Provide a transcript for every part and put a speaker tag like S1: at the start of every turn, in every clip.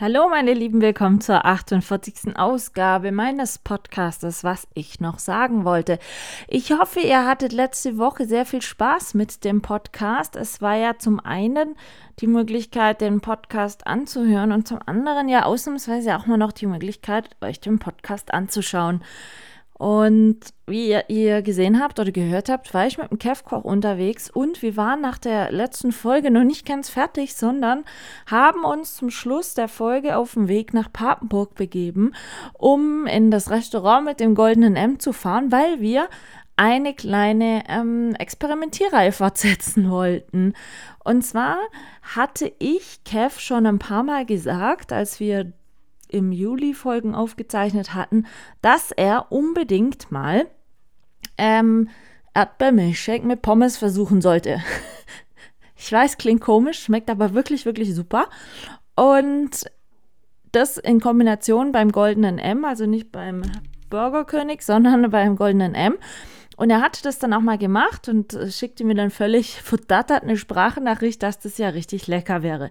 S1: Hallo meine Lieben, willkommen zur 48. Ausgabe meines Podcastes, was ich noch sagen wollte. Ich hoffe, ihr hattet letzte Woche sehr viel Spaß mit dem Podcast. Es war ja zum einen die Möglichkeit, den Podcast anzuhören und zum anderen ja ausnahmsweise auch mal noch die Möglichkeit, euch den Podcast anzuschauen. Und wie ihr, ihr gesehen habt oder gehört habt, war ich mit dem Chefkoch unterwegs und wir waren nach der letzten Folge noch nicht ganz fertig, sondern haben uns zum Schluss der Folge auf den Weg nach Papenburg begeben, um in das Restaurant mit dem goldenen M zu fahren, weil wir eine kleine ähm, Experimentierreihe fortsetzen wollten. Und zwar hatte ich Kev schon ein paar Mal gesagt, als wir im Juli Folgen aufgezeichnet hatten, dass er unbedingt mal ähm, Erdbeermilchshake mit Pommes versuchen sollte. ich weiß, klingt komisch, schmeckt aber wirklich, wirklich super. Und das in Kombination beim Goldenen M, also nicht beim Burgerkönig, sondern beim Goldenen M. Und er hatte das dann auch mal gemacht und äh, schickte mir dann völlig verdattert eine Sprachnachricht, dass das ja richtig lecker wäre.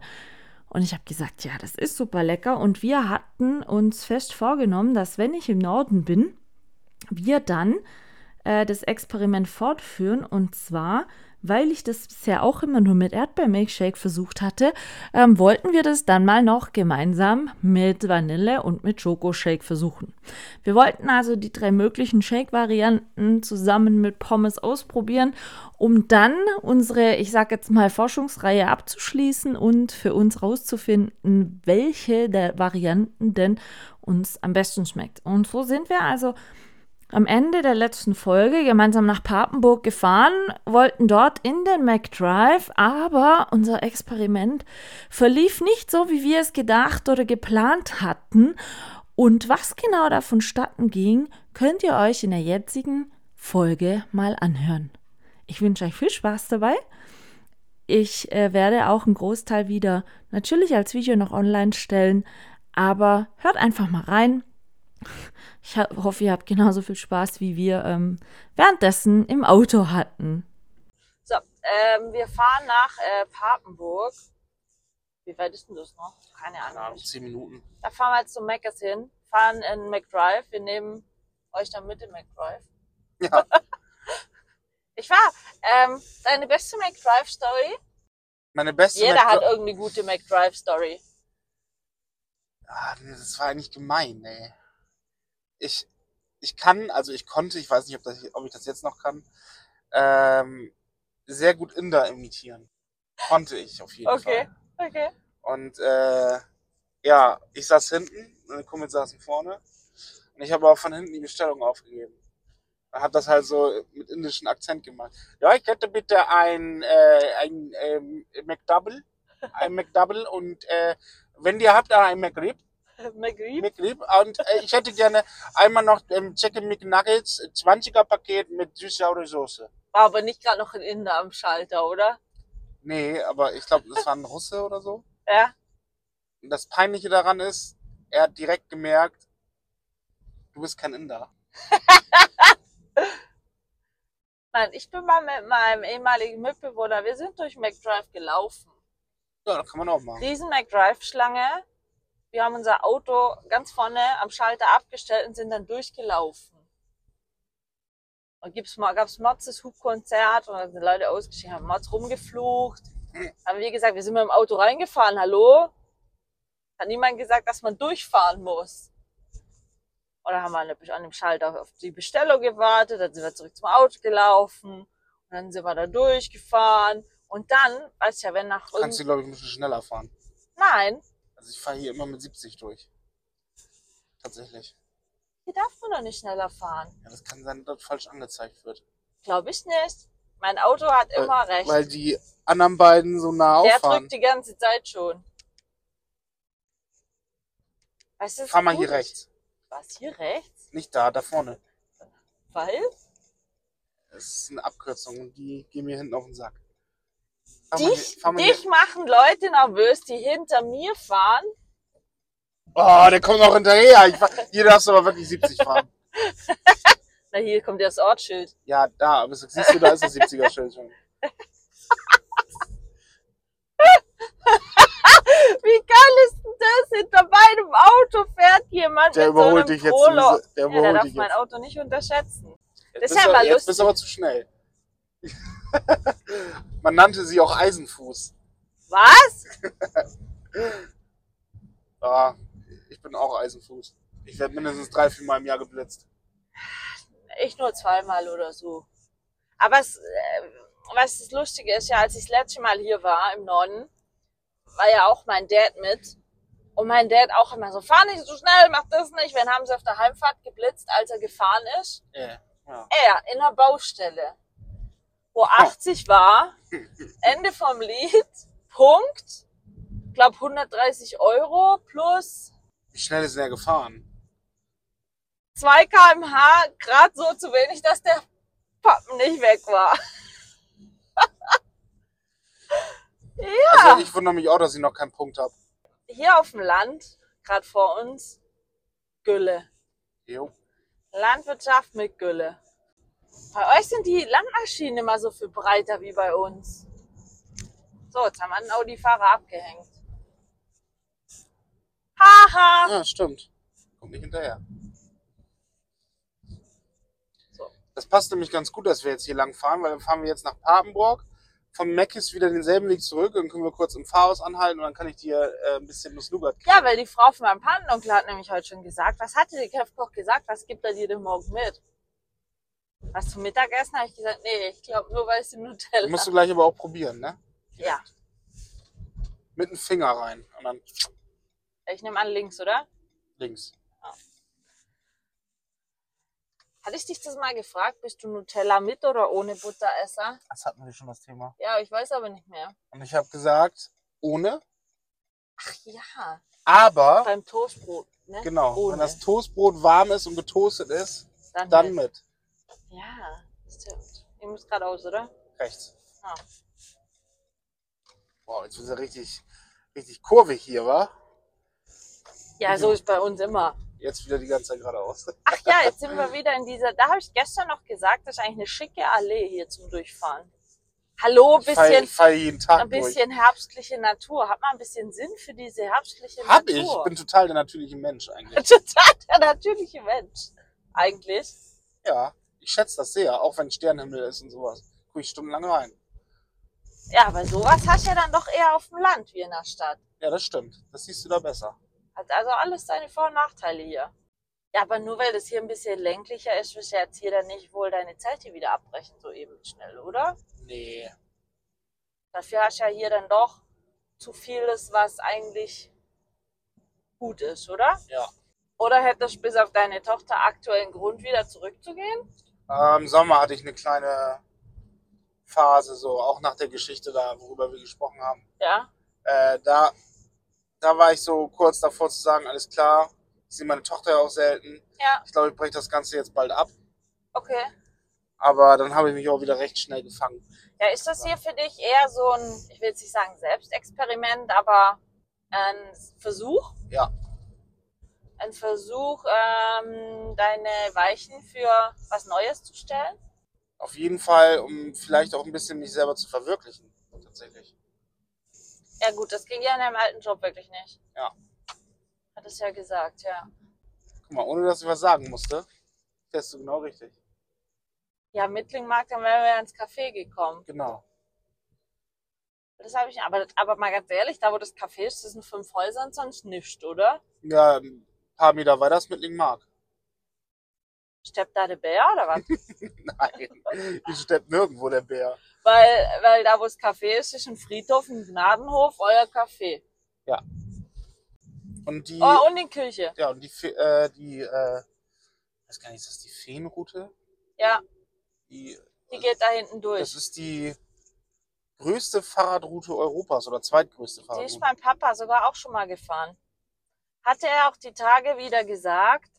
S1: Und ich habe gesagt, ja, das ist super lecker. Und wir hatten uns fest vorgenommen, dass wenn ich im Norden bin, wir dann äh, das Experiment fortführen. Und zwar, weil ich das bisher auch immer nur mit Erdbeermilchshake versucht hatte, ähm, wollten wir das dann mal noch gemeinsam mit Vanille und mit Schokoshake versuchen. Wir wollten also die drei möglichen Shake-Varianten zusammen mit Pommes ausprobieren, um dann unsere, ich sag jetzt mal, Forschungsreihe abzuschließen und für uns rauszufinden, welche der Varianten denn uns am besten schmeckt. Und so sind wir also am Ende der letzten Folge gemeinsam nach Papenburg gefahren, wollten dort in den McDrive, aber unser Experiment verlief nicht so, wie wir es gedacht oder geplant hatten. Und was genau davon statten ging, könnt ihr euch in der jetzigen Folge mal anhören. Ich wünsche euch viel Spaß dabei. Ich äh, werde auch einen Großteil wieder natürlich als Video noch online stellen, aber hört einfach mal rein. Ich hoffe, ihr habt genauso viel Spaß, wie wir ähm, währenddessen im Auto hatten.
S2: So, ähm, wir fahren nach äh, Papenburg. Wie weit ist denn das noch? Keine
S3: Keine Ahnung,
S2: Ahnung.
S3: zehn Minuten.
S2: Da fahren wir jetzt zum Meckers hin, fahren in McDrive. Wir nehmen euch dann mit in McDrive.
S3: Ja.
S2: Ich war, ähm, deine beste McDrive-Story?
S3: Meine beste.
S2: Jeder
S3: McDri-
S2: hat irgendeine gute McDrive-Story.
S3: ah, das war eigentlich gemein, ey. Ich, ich kann, also ich konnte, ich weiß nicht, ob, das, ob ich das jetzt noch kann, ähm, sehr gut Inder imitieren. Konnte ich auf jeden
S2: Okay.
S3: Fall.
S2: Okay.
S3: Und äh, ja, ich saß hinten, meine Kumpels saßen vorne. Und ich habe auch von hinten die Bestellung aufgegeben. Und habe das halt so mit indischem Akzent gemacht. Ja, ich hätte bitte ein, äh, ein ähm, McDouble. Ein McDouble und äh, wenn ihr habt, ein McRib.
S2: Äh, McGree?
S3: McRib. Und äh, ich hätte gerne einmal noch ähm, Chicken McNuggets, 20er Paket mit süß-saurer Soße.
S2: War aber nicht gerade noch ein Inder am Schalter, oder?
S3: Nee, aber ich glaube, das war ein Russe oder so.
S2: Ja.
S3: Und das Peinliche daran ist, er hat direkt gemerkt, du bist kein Inder.
S2: Nein, ich bin mal mit meinem ehemaligen Mitbewohner, wir sind durch McDrive gelaufen.
S3: Ja, das kann man auch machen.
S2: riesen McDrive-Schlange. Wir haben unser Auto ganz vorne am Schalter abgestellt und sind dann durchgelaufen. Und gibt's, mal- gab's Motzes Hubkonzert und dann sind Leute ausgeschickt, haben Motz rumgeflucht. Haben wir gesagt, wir sind mit dem Auto reingefahren, hallo? Hat niemand gesagt, dass man durchfahren muss. Oder haben wir an- an dem Schalter auf die Bestellung gewartet, dann sind wir zurück zum Auto gelaufen und dann sind wir da durchgefahren. Und dann, weißt ja, wenn nach
S3: Du kannst du, glaube ich, ein bisschen schneller fahren.
S2: Nein,
S3: Also ich fahre hier immer mit 70 durch. Tatsächlich.
S2: hier darf man doch nicht schneller fahren.
S3: Ja, das kann sein, dass das falsch angezeigt wird.
S2: Glaube ich nicht. Mein Auto hat immer
S3: weil,
S2: recht.
S3: Weil die anderen beiden so nah
S2: Der
S3: auffahren.
S2: drückt die ganze Zeit schon. Weißt du, es
S3: Fahr mal
S2: ist gut.
S3: hier rechts.
S2: Was, hier rechts?
S3: Nicht da, da vorne.
S2: Weil?
S3: Das ist eine Abkürzung und die gehen mir hinten auf den Sack. Fahr mal
S2: Dich,
S3: hier, fahr mal
S2: dich machen Leute nervös, die hinter mir fahren.
S3: hier. Oh, der kommt noch hinterher. Ich fahr, hier darfst du aber wirklich 70 fahren.
S2: Na, hier kommt ja das Ortsschild.
S3: Ja, da, aber siehst du, da ist das 70er-Schild schon.
S2: Wie geil ist denn das? Hinter meinem Auto fährt jemand
S3: Der
S2: mit
S3: überholt
S2: so einem
S3: dich jetzt.
S2: Prolo.
S3: sowieso- Der
S2: Ja, der
S3: überholt
S2: darf
S3: dich
S2: mein
S3: jetzt.
S2: Auto nicht unterschätzen.
S3: Jetzt
S2: Das ist
S3: bist
S2: ja
S3: du-
S2: mal
S3: Jetzt bist du aber zu schnell. Man nannte sie auch Eisenfuß.
S2: Was?
S3: Ah, ich bin auch Eisenfuß. Ich werde mindestens drei, vier Mal im Jahr geblitzt.
S2: Ich nur zweimal oder so. Aber es, äh, was das Lustige ist, ja, als ich das letzte Mal hier war im Norden, war ja auch mein Dad mit. Und mein Dad auch immer so, fahr nicht so schnell, mach das nicht. Wen haben sie auf der Heimfahrt geblitzt, als er gefahren ist?
S3: Ja. ja.
S2: Er, in der Baustelle. Wo 80 war, Ende vom Lied, Punkt, glaub 130 Euro plus
S3: Wie schnell ist denn der gefahren?
S2: 2 kmh, grad so zu wenig, dass der Pappen nicht weg war. ja,
S3: Also ich wundere mich auch, dass ich noch keinen Punkt habe.
S2: hier auf dem Land, grad vor uns, Gülle.
S3: Jo.
S2: Landwirtschaft mit Gülle. Bei euch sind die Landmaschinen immer so viel breiter wie bei uns. So, jetzt haben wir einen Audi-Fahrer abgehängt. Haha!
S3: Ja, stimmt. Kommt nicht hinterher.
S2: So.
S3: Das passt nämlich ganz gut, dass wir jetzt hier lang fahren, weil dann fahren wir jetzt nach Papenburg, von Meckes wieder denselben Weg zurück und können wir kurz im Fahrhaus anhalten und dann kann ich dir äh, ein bisschen Nuss-Nougat
S2: Ja, weil die Frau von meinem Patenonkel hat nämlich heute schon gesagt, was hatte der Chefkoch gesagt, was gibt er dir denn morgen mit? Was zum Mittagessen? Habe ich gesagt, nee, ich glaube nur weiße Nutella.
S3: Musst du gleich aber auch probieren, ne?
S2: ja,
S3: Mit dem Finger rein und dann
S2: ich nehme an links, oder?
S3: links.
S2: Hatte ich dich das mal gefragt, bist du Nutella mit oder ohne Butteresser?
S3: Das hatten wir schon das Thema.
S2: Ja, ich weiß aber nicht mehr.
S3: Und ich habe gesagt, ohne,
S2: Ach ja.
S3: aber
S2: Beim Toastbrot, ne?
S3: genau,
S2: Ohne.
S3: wenn das Toastbrot warm ist und getoastet ist,
S2: dann,
S3: dann
S2: mit.
S3: mit
S2: Ja, stimmt. Ihr müsst geradeaus, oder?
S3: rechts.
S2: Ah.
S3: Wow, jetzt wird ja richtig, richtig kurvig hier, wa?
S2: Ja, so ist bei uns immer.
S3: Jetzt wieder die ganze Zeit geradeaus.
S2: Also Ach ja, jetzt sind wir wieder in dieser. Da habe ich gestern noch gesagt, das ist eigentlich eine schicke Allee hier zum Durchfahren. Hallo,
S3: Ich fall,
S2: bisschen,
S3: ich fall jeden Tag
S2: ein bisschen herbstliche Natur. Hat man ein bisschen Sinn für diese herbstliche
S3: durch. Hab ich. Ich
S2: Natur?
S3: bin total der natürliche Mensch eigentlich.
S2: total der natürliche Mensch. Eigentlich.
S3: Ja, ich schätze das sehr, auch wenn Sternenhimmel ist und sowas. Guck ich stundenlang rein.
S2: Ja, aber sowas hast du ja dann doch eher auf dem Land wie in der Stadt.
S3: Ja, das stimmt. Das siehst du da besser.
S2: Hat also alles seine Vor- und Nachteile hier. Ja, aber nur weil das hier ein bisschen ländlicher ist, wirst du jetzt hier dann nicht wohl deine Zelte wieder abbrechen, so eben schnell, oder?
S3: Nee.
S2: Dafür hast du ja hier dann doch zu vieles, was eigentlich gut ist, oder?
S3: Ja.
S2: Oder hättest du bis auf deine Tochter aktuellen Grund, wieder zurückzugehen?
S3: Äh, Im Sommer hatte ich eine kleine Phase, so auch nach der Geschichte da, worüber wir gesprochen haben.
S2: Ja.
S3: Äh, da, da war ich so kurz davor zu sagen, alles klar, ich sehe meine Tochter ja auch selten.
S2: Ja,
S3: Ich glaube, ich breche das Ganze jetzt bald ab.
S2: okay.
S3: Aber dann habe ich mich auch wieder recht schnell gefangen.
S2: Ja, ist das hier für dich eher so ein, ich will jetzt nicht sagen Selbstexperiment, aber ein Versuch?
S3: Ja.
S2: ein Versuch, ähm, deine Weichen für was Neues zu stellen.
S3: Auf jeden Fall, um vielleicht auch ein bisschen mich selber zu verwirklichen. Tatsächlich.
S2: Ja gut, das ging ja in deinem alten Job wirklich nicht.
S3: Ja.
S2: Hat es ja gesagt, ja.
S3: Guck mal, ohne dass ich was sagen musste, fährst du genau richtig.
S2: Ja, Mittlingmarkt, dann wären wir ja ins Café gekommen.
S3: Genau.
S2: Das habe ich, aber, aber mal ganz ehrlich, da wo das Café ist, das sind fünf Häuser und sonst nichts, oder?
S3: Ja, ein paar Meter weiter ist Mittlingmark.
S2: Steppt da der Bär oder was?
S3: Nein, hier steppt nirgendwo der Bär.
S2: weil, weil da wo das Café ist, ist ein Friedhof, ein Gnadenhof, euer Café.
S3: Und die,
S2: Oh, und die Kirche.
S3: ja, und die, Fe- äh, die, äh, weiß gar nicht, ist das die Feenroute?
S2: Ja,
S3: Die, äh,
S2: die geht da
S3: das
S2: hinten durch.
S3: ist die größte Fahrradroute Europas oder zweitgrößte
S2: Die ist
S3: Fahrradroute.
S2: mein Papa sogar auch schon mal gefahren. Hatte er auch die Tage wieder gesagt,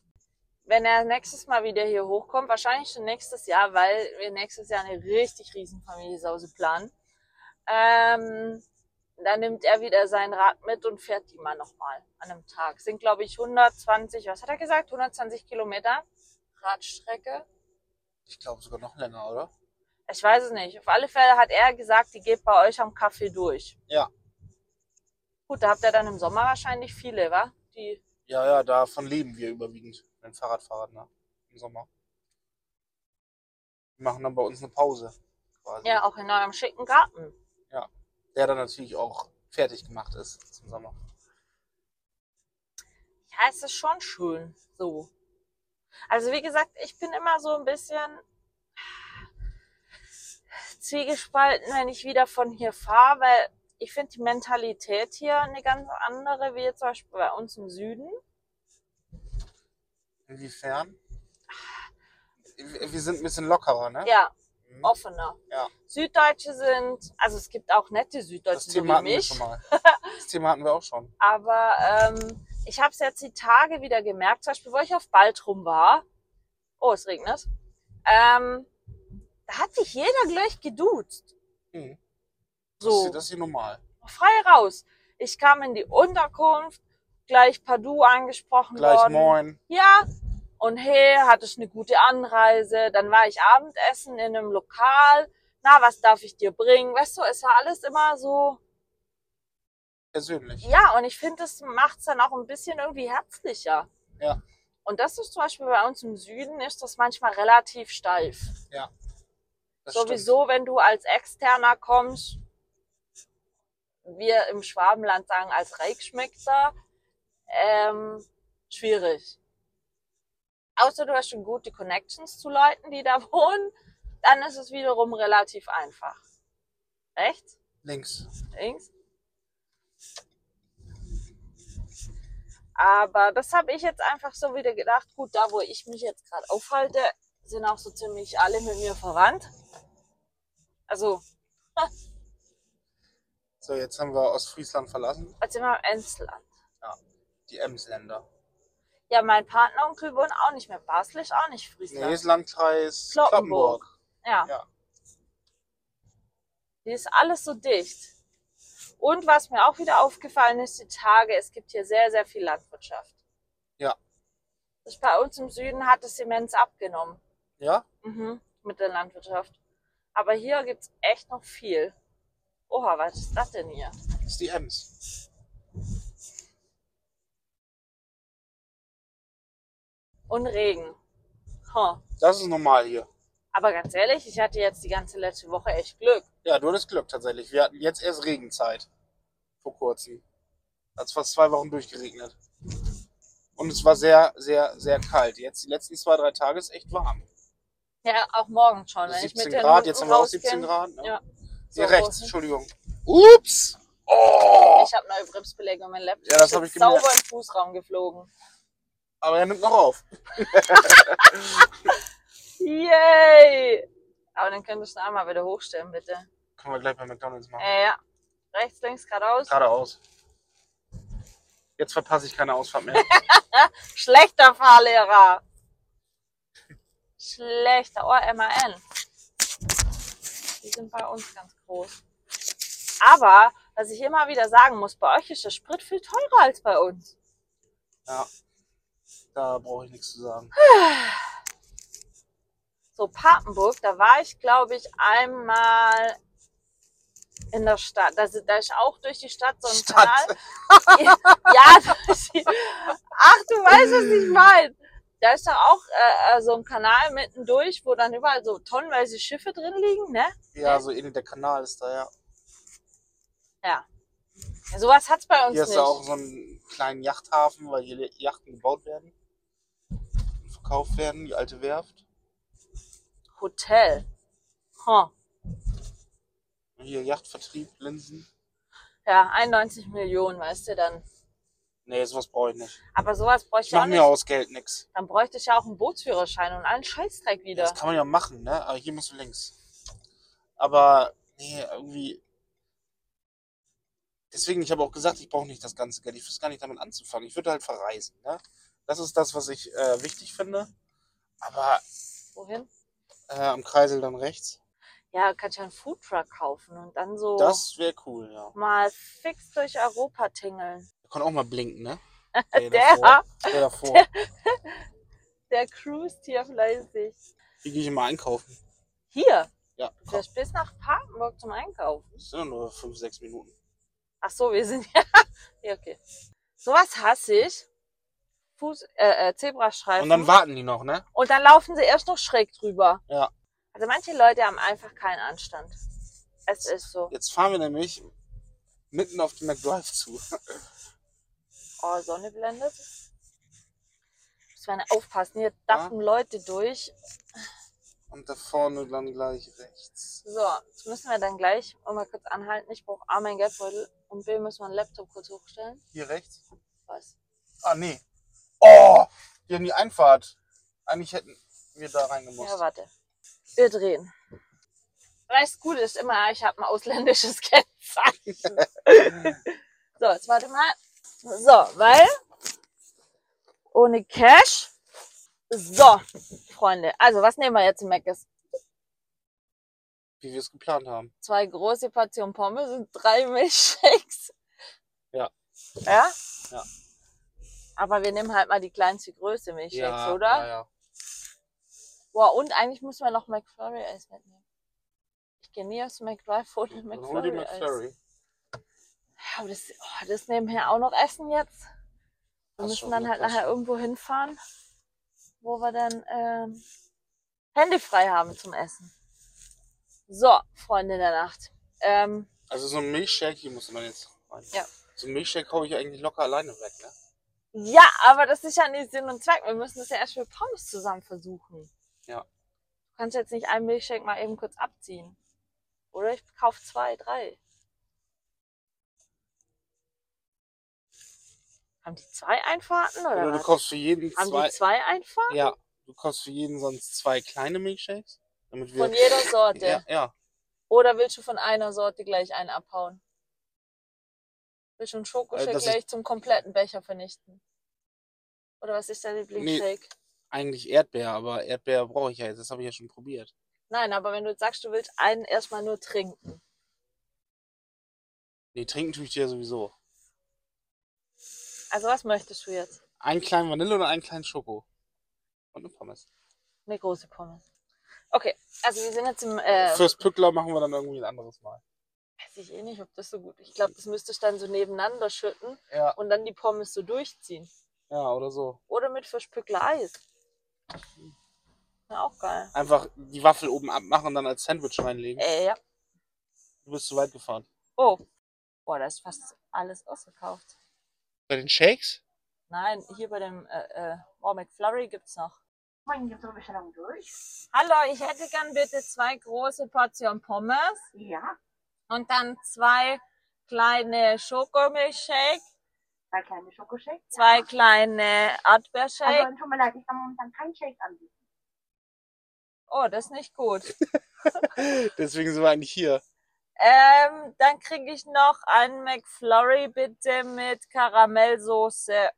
S2: wenn er nächstes Mal wieder hier hochkommt, wahrscheinlich schon nächstes Jahr, weil wir nächstes Jahr eine richtig riesen Familie Sause planen, Ähm, dann nimmt er wieder sein Rad mit und fährt die mal nochmal an einem Tag. Sind, glaube ich, 120, was hat er gesagt? 120 Kilometer Radstrecke.
S3: Ich glaube sogar noch länger, oder?
S2: Ich weiß es nicht. Auf alle Fälle hat er gesagt, die geht bei euch am Kaffee durch.
S3: Ja.
S2: Gut, da habt ihr dann im Sommer wahrscheinlich viele, wa? Die,
S3: Ja, ja, davon leben wir überwiegend, den Fahrradfahrern ne? im Sommer. Wir machen dann bei uns eine Pause quasi.
S2: ja, auch in eurem schicken Garten.
S3: Der dann natürlich auch fertig gemacht ist zum Sommer.
S2: Ja, es ist schon schön. So. Also wie gesagt, ich bin immer so ein bisschen zwiegespalten, wenn ich wieder von hier fahre, weil ich finde die Mentalität hier eine ganz andere, wie jetzt zum Beispiel bei uns im Süden.
S3: Inwiefern? Wir wir sind ein bisschen lockerer, ne?
S2: Ja,
S3: Mhm.
S2: offener.
S3: Ja.
S2: Süddeutsche sind, also es gibt auch nette Süddeutsche,
S3: Das
S2: so
S3: Thema
S2: wie
S3: hatten wir
S2: mich.
S3: schon mal. Das Thema hatten wir auch schon.
S2: Aber ähm, ich habe es jetzt die Tage wieder gemerkt, zum Beispiel, wo ich auf Baltrum war. Oh, es regnet. Ähm, da hat sich jeder gleich geduzt.
S3: Mhm. Das,
S2: So,
S3: ist, das ist hier normal.
S2: frei raus. Ich kam in die Unterkunft, gleich Padu angesprochen
S3: Gleich
S2: worden.
S3: moin.
S2: Ja. Und hey, hatte ich eine gute Anreise. Dann war ich Abendessen in einem Lokal. Na, was darf ich dir bringen? Weißt du, es war alles immer so.
S3: Persönlich.
S2: Ja, und ich finde, das macht's dann auch ein bisschen irgendwie herzlicher.
S3: Ja.
S2: Und das ist zum Beispiel bei uns im Süden, ist das manchmal relativ steif.
S3: Das
S2: Sowieso, wenn du als Externer kommst, wir im Schwabenland sagen als Reichschmeckter, ähm, schwierig. Außer du hast schon gute Connections zu Leuten, die da wohnen, dann ist es wiederum relativ einfach. Rechts?
S3: Stimmt. Links.
S2: Links. Aber das habe ich jetzt einfach so wieder gedacht. Gut, da wo ich mich jetzt gerade aufhalte, sind auch so ziemlich alle mit mir verwandt. Also,
S3: So, jetzt haben wir Ostfriesland verlassen.
S2: als immer im Emsland.
S3: Die Emsländer.
S2: Ja, mein Partneronkel wohnt auch nicht mehr in Basel, ist auch nicht Friesland.
S3: Nee, ist Landkreis
S2: Cloppenburg.
S3: Kloppenburg.
S2: ja.
S3: ja.
S2: Hier ist alles so dicht. Und was mir auch wieder aufgefallen ist, die Tage, es gibt hier sehr, sehr viel Landwirtschaft.
S3: Ja.
S2: Das bei uns im Süden hat es immens abgenommen.
S3: Ja?
S2: Mhm, mit der Landwirtschaft. Aber hier gibt's echt noch viel. Oha, was ist das denn hier?
S3: Ist die Ems.
S2: Und Regen. Huh.
S3: Das ist normal hier.
S2: Aber ganz ehrlich, ich hatte jetzt die ganze letzte Woche echt Glück.
S3: Ja, du hattest Glück tatsächlich. Wir hatten jetzt erst Regenzeit. Vor kurzem. Hat es fast zwei Wochen durchgeregnet. Und es war sehr, sehr, sehr kalt. Jetzt die letzten zwei, drei Tage ist echt warm.
S2: Ja, auch morgen schon. Wenn ich
S3: 17
S2: mit den
S3: Grad,
S2: Hunden
S3: jetzt haben wir auch
S2: rausgehe.
S3: 17 Grad. Ne?
S2: Ja.
S3: Hier
S2: So.
S3: rechts, Entschuldigung. Ups! Oh!
S2: Ich habe neue Bremsbeläge und mein Laptop
S3: Ja, das
S2: ist
S3: hab ich
S2: sauber
S3: gemerkt.
S2: im Fußraum geflogen.
S3: Aber er nimmt noch auf.
S2: Yay! Aber dann könntest du einmal wieder hochstellen, bitte.
S3: Können wir gleich bei McDonalds machen.
S2: Äh, ja. Rechts, links, geradeaus.
S3: Geradeaus. Jetzt verpasse ich keine Ausfahrt mehr.
S2: Schlechter Fahrlehrer. Schlechter. Oh, MAN. Die sind bei uns ganz groß. Aber, was ich immer wieder sagen muss, bei euch ist der Sprit viel teurer als bei uns.
S3: ja. Da brauche ich nichts zu sagen.
S2: So, Papenburg, da war ich, glaube ich, einmal in der Stadt. Da, sind- da ist auch durch die Stadt so ein
S3: Stadt.
S2: Kanal. ja, durch die, ach, du weißt, was ich meine. Da ist doch auch äh, äh, so ein Kanal mittendurch, wo dann überall so tonnenweise Schiffe drin liegen, ne?
S3: Ja, so ähnlich der Kanal ist da, ja.
S2: Ja. Ja, Sowas hat's bei uns
S3: Hier ist
S2: nicht.
S3: ja auch so einen kleinen Yachthafen, weil hier Yachten gebaut werden. und Verkauft werden, die alte Werft.
S2: Hotel. Huh.
S3: Und hier Yachtvertrieb, Linsen.
S2: Ja, 91 Millionen, weißt du dann.
S3: Nee, sowas brauche ich nicht.
S2: Aber sowas bräuchte
S3: Ich
S2: ich auch
S3: mache
S2: nicht.
S3: mir aus Geld nix.
S2: Dann bräuchte ich ja auch einen Bootsführerschein und allen Scheißdreck wieder.
S3: Das kann man ja machen, ne? Aber hier musst du links. Aber, nee, irgendwie. Deswegen, ich habe auch gesagt, ich brauche nicht das ganze Geld. Ich wüsste gar nicht damit anzufangen. Ich würde halt verreisen, ne? Das ist das, was ich äh, wichtig finde. Aber
S2: Wohin?
S3: äh, am Kreisel dann rechts.
S2: Ja, kannst ja einen Foodtruck kaufen und dann so
S3: Das wäre cool, ja.
S2: mal fix durch Europa tingeln.
S3: Der kann auch mal blinken, ne?
S2: Der-
S3: davor. Der davor.
S2: Der cruist hier fleißig.
S3: Hier gehe ich immer einkaufen.
S2: Hier,
S3: Ja, komm.
S2: vielleicht bis nach Papenburg zum Einkaufen.
S3: Das sind nur 5, 6 Minuten.
S2: Ach so, wir sind ja. ja, okay. Sowas hasse ich. Fuß, äh, äh, Zebrastreifen.
S3: Und dann warten die noch, ne?
S2: Und dann laufen sie erst noch schräg drüber.
S3: Ja.
S2: Also manche Leute haben einfach keinen Anstand. Es ist so.
S3: Jetzt fahren wir nämlich mitten auf den McDrive zu.
S2: Oh, Sonne blendet. Muss man aufpassen, hier dachten Leute durch.
S3: Und da vorne dann gleich rechts.
S2: So, jetzt müssen wir dann gleich oh, mal kurz anhalten. Ich brauche A, mein Geldbeutel und B, müssen wir einen Laptop kurz hochstellen.
S3: Hier rechts?
S2: Was?
S3: Ah, nee. Oh! Wir haben die Einfahrt. Eigentlich hätten wir da reingemusst.
S2: Ja, warte. Wir drehen. Was gut ist immer, ich habe ein ausländisches Kennzeichen. so, jetzt warte mal. So, weil ohne Cash. So, Freunde. Also, was nehmen wir jetzt im Meckes?
S3: Wie wir es geplant haben.
S2: Zwei große Portionen Pommes und drei Milchshakes.
S3: Ja.
S2: Ja?
S3: Ja.
S2: Aber wir nehmen halt mal die kleinste Größe Milchshakes, oder?
S3: Ja, ja.
S2: Boah, und eigentlich müssen wir noch McFlurry Eis mitnehmen. Ich gehe nie aufs McDrive ohne
S3: Dann hol die
S2: McFlurry Eis.
S3: McFlurry.
S2: Aber das, oh, das nebenher auch noch essen jetzt. Wir
S3: Passt
S2: müssen
S3: schon,
S2: dann
S3: ne?
S2: halt
S3: Passt
S2: nachher
S3: schon.
S2: irgendwo hinfahren, wo wir dann ähm, Hände frei haben zum Essen. So, Freunde der Nacht. Ähm,
S3: Also so ein Milchshake hier muss man jetzt rein.
S2: Ja.
S3: So ein Milchshake hau ich eigentlich locker alleine weg, ne?
S2: ja, aber das ist ja nicht Sinn und Zweck. Wir müssen das ja erst mit Pommes zusammen versuchen.
S3: Ja.
S2: Du kannst jetzt nicht einen Milchshake mal eben kurz abziehen. Oder ich kaufe zwei, drei. Haben die zwei Einfahrten oder,
S3: Oder du
S2: was?
S3: kaufst für jeden
S2: Haben
S3: zwei.
S2: die zwei Einfahrten?
S3: Ja, du kaufst für jeden sonst zwei kleine Milchshakes. Damit wir
S2: Von jeder Sorte.
S3: ja, ja.
S2: Oder willst du von einer Sorte gleich einen abhauen? Willst du einen Schokoshake
S3: Äh, das ist-
S2: gleich zum kompletten Becher vernichten? Oder was ist dein Lieblingsshake?
S3: Eigentlich Erdbeer, aber Erdbeer brauche ich ja jetzt. Das habe ich ja schon probiert.
S2: Nein, aber wenn du jetzt sagst, du willst einen erstmal nur trinken.
S3: Nee, trinken tue ich dir ja sowieso.
S2: Also was möchtest du jetzt?
S3: Einen kleinen Vanille oder einen kleinen Schoko. Und eine Pommes.
S2: Eine große Pommes. Okay, also wir sind jetzt im, äh,
S3: Fürs Pückler machen wir dann irgendwie ein anderes Mal.
S2: weiß ich eh nicht, ob das so gut Ich glaube, das müsste ich dann so nebeneinander schütten
S3: Ja,
S2: und dann die Pommes so durchziehen.
S3: ja, oder so.
S2: Oder mit Verspückler Eis. Na, auch geil.
S3: Einfach die Waffel oben abmachen und dann als Sandwich reinlegen.
S2: Äh, ja.
S3: Du bist zu weit gefahren.
S2: Oh. Boah, da ist fast alles ausverkauft.
S3: Bei den Shakes?
S2: Nein, hier bei dem äh, äh, oh, McFlurry gibt's noch. Hallo, ich hätte gern bitte zwei große Portionen Pommes
S4: Ja,
S2: und dann zwei kleine Schokomilchshake,
S4: zwei kleine Schokoshakes.
S2: zwei kleine Erdbeershake.
S4: Also, tut mir leid, ich kann momentan keinen Shake anbieten.
S2: Oh, das ist nicht gut.
S3: Deswegen sind wir eigentlich hier.
S2: Ähm, dann kriege ich noch einen McFlurry bitte mit Karamellsoße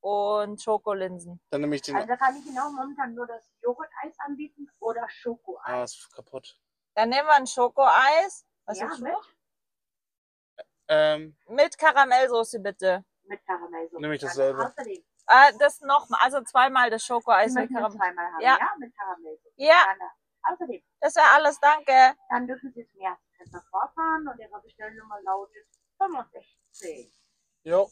S2: und Schokolinsen.
S3: Dann nehme ich den.
S4: Also, da kann ich Ihnen auch momentan nur das Joghurt-Eis anbieten oder
S3: Ah,
S4: Schokoeis.
S3: ist kaputt.
S2: Dann nehmen wir ein Schokoeis. Was
S4: ja,
S2: ist
S4: mit,
S3: Ähm,
S2: Mit Karamellsoße bitte.
S4: mit Karamellsoße.
S3: Nehme ich dasselbe.
S4: Also, außerdem,
S2: Äh, das nochmal, also zweimal das
S4: ich
S2: Schokoeis mit
S4: möchte das
S2: Karamell.
S4: zweimal haben.
S2: Ja.
S4: Ja, mit Karamellsoße.
S2: Ja,
S4: Gerne. äh, Außerdem,
S2: das wäre alles, danke.
S4: dann dürfen Sie zum ersten Treffer vorfahren und Ihre Bestellnummer lautet 65.
S3: jo.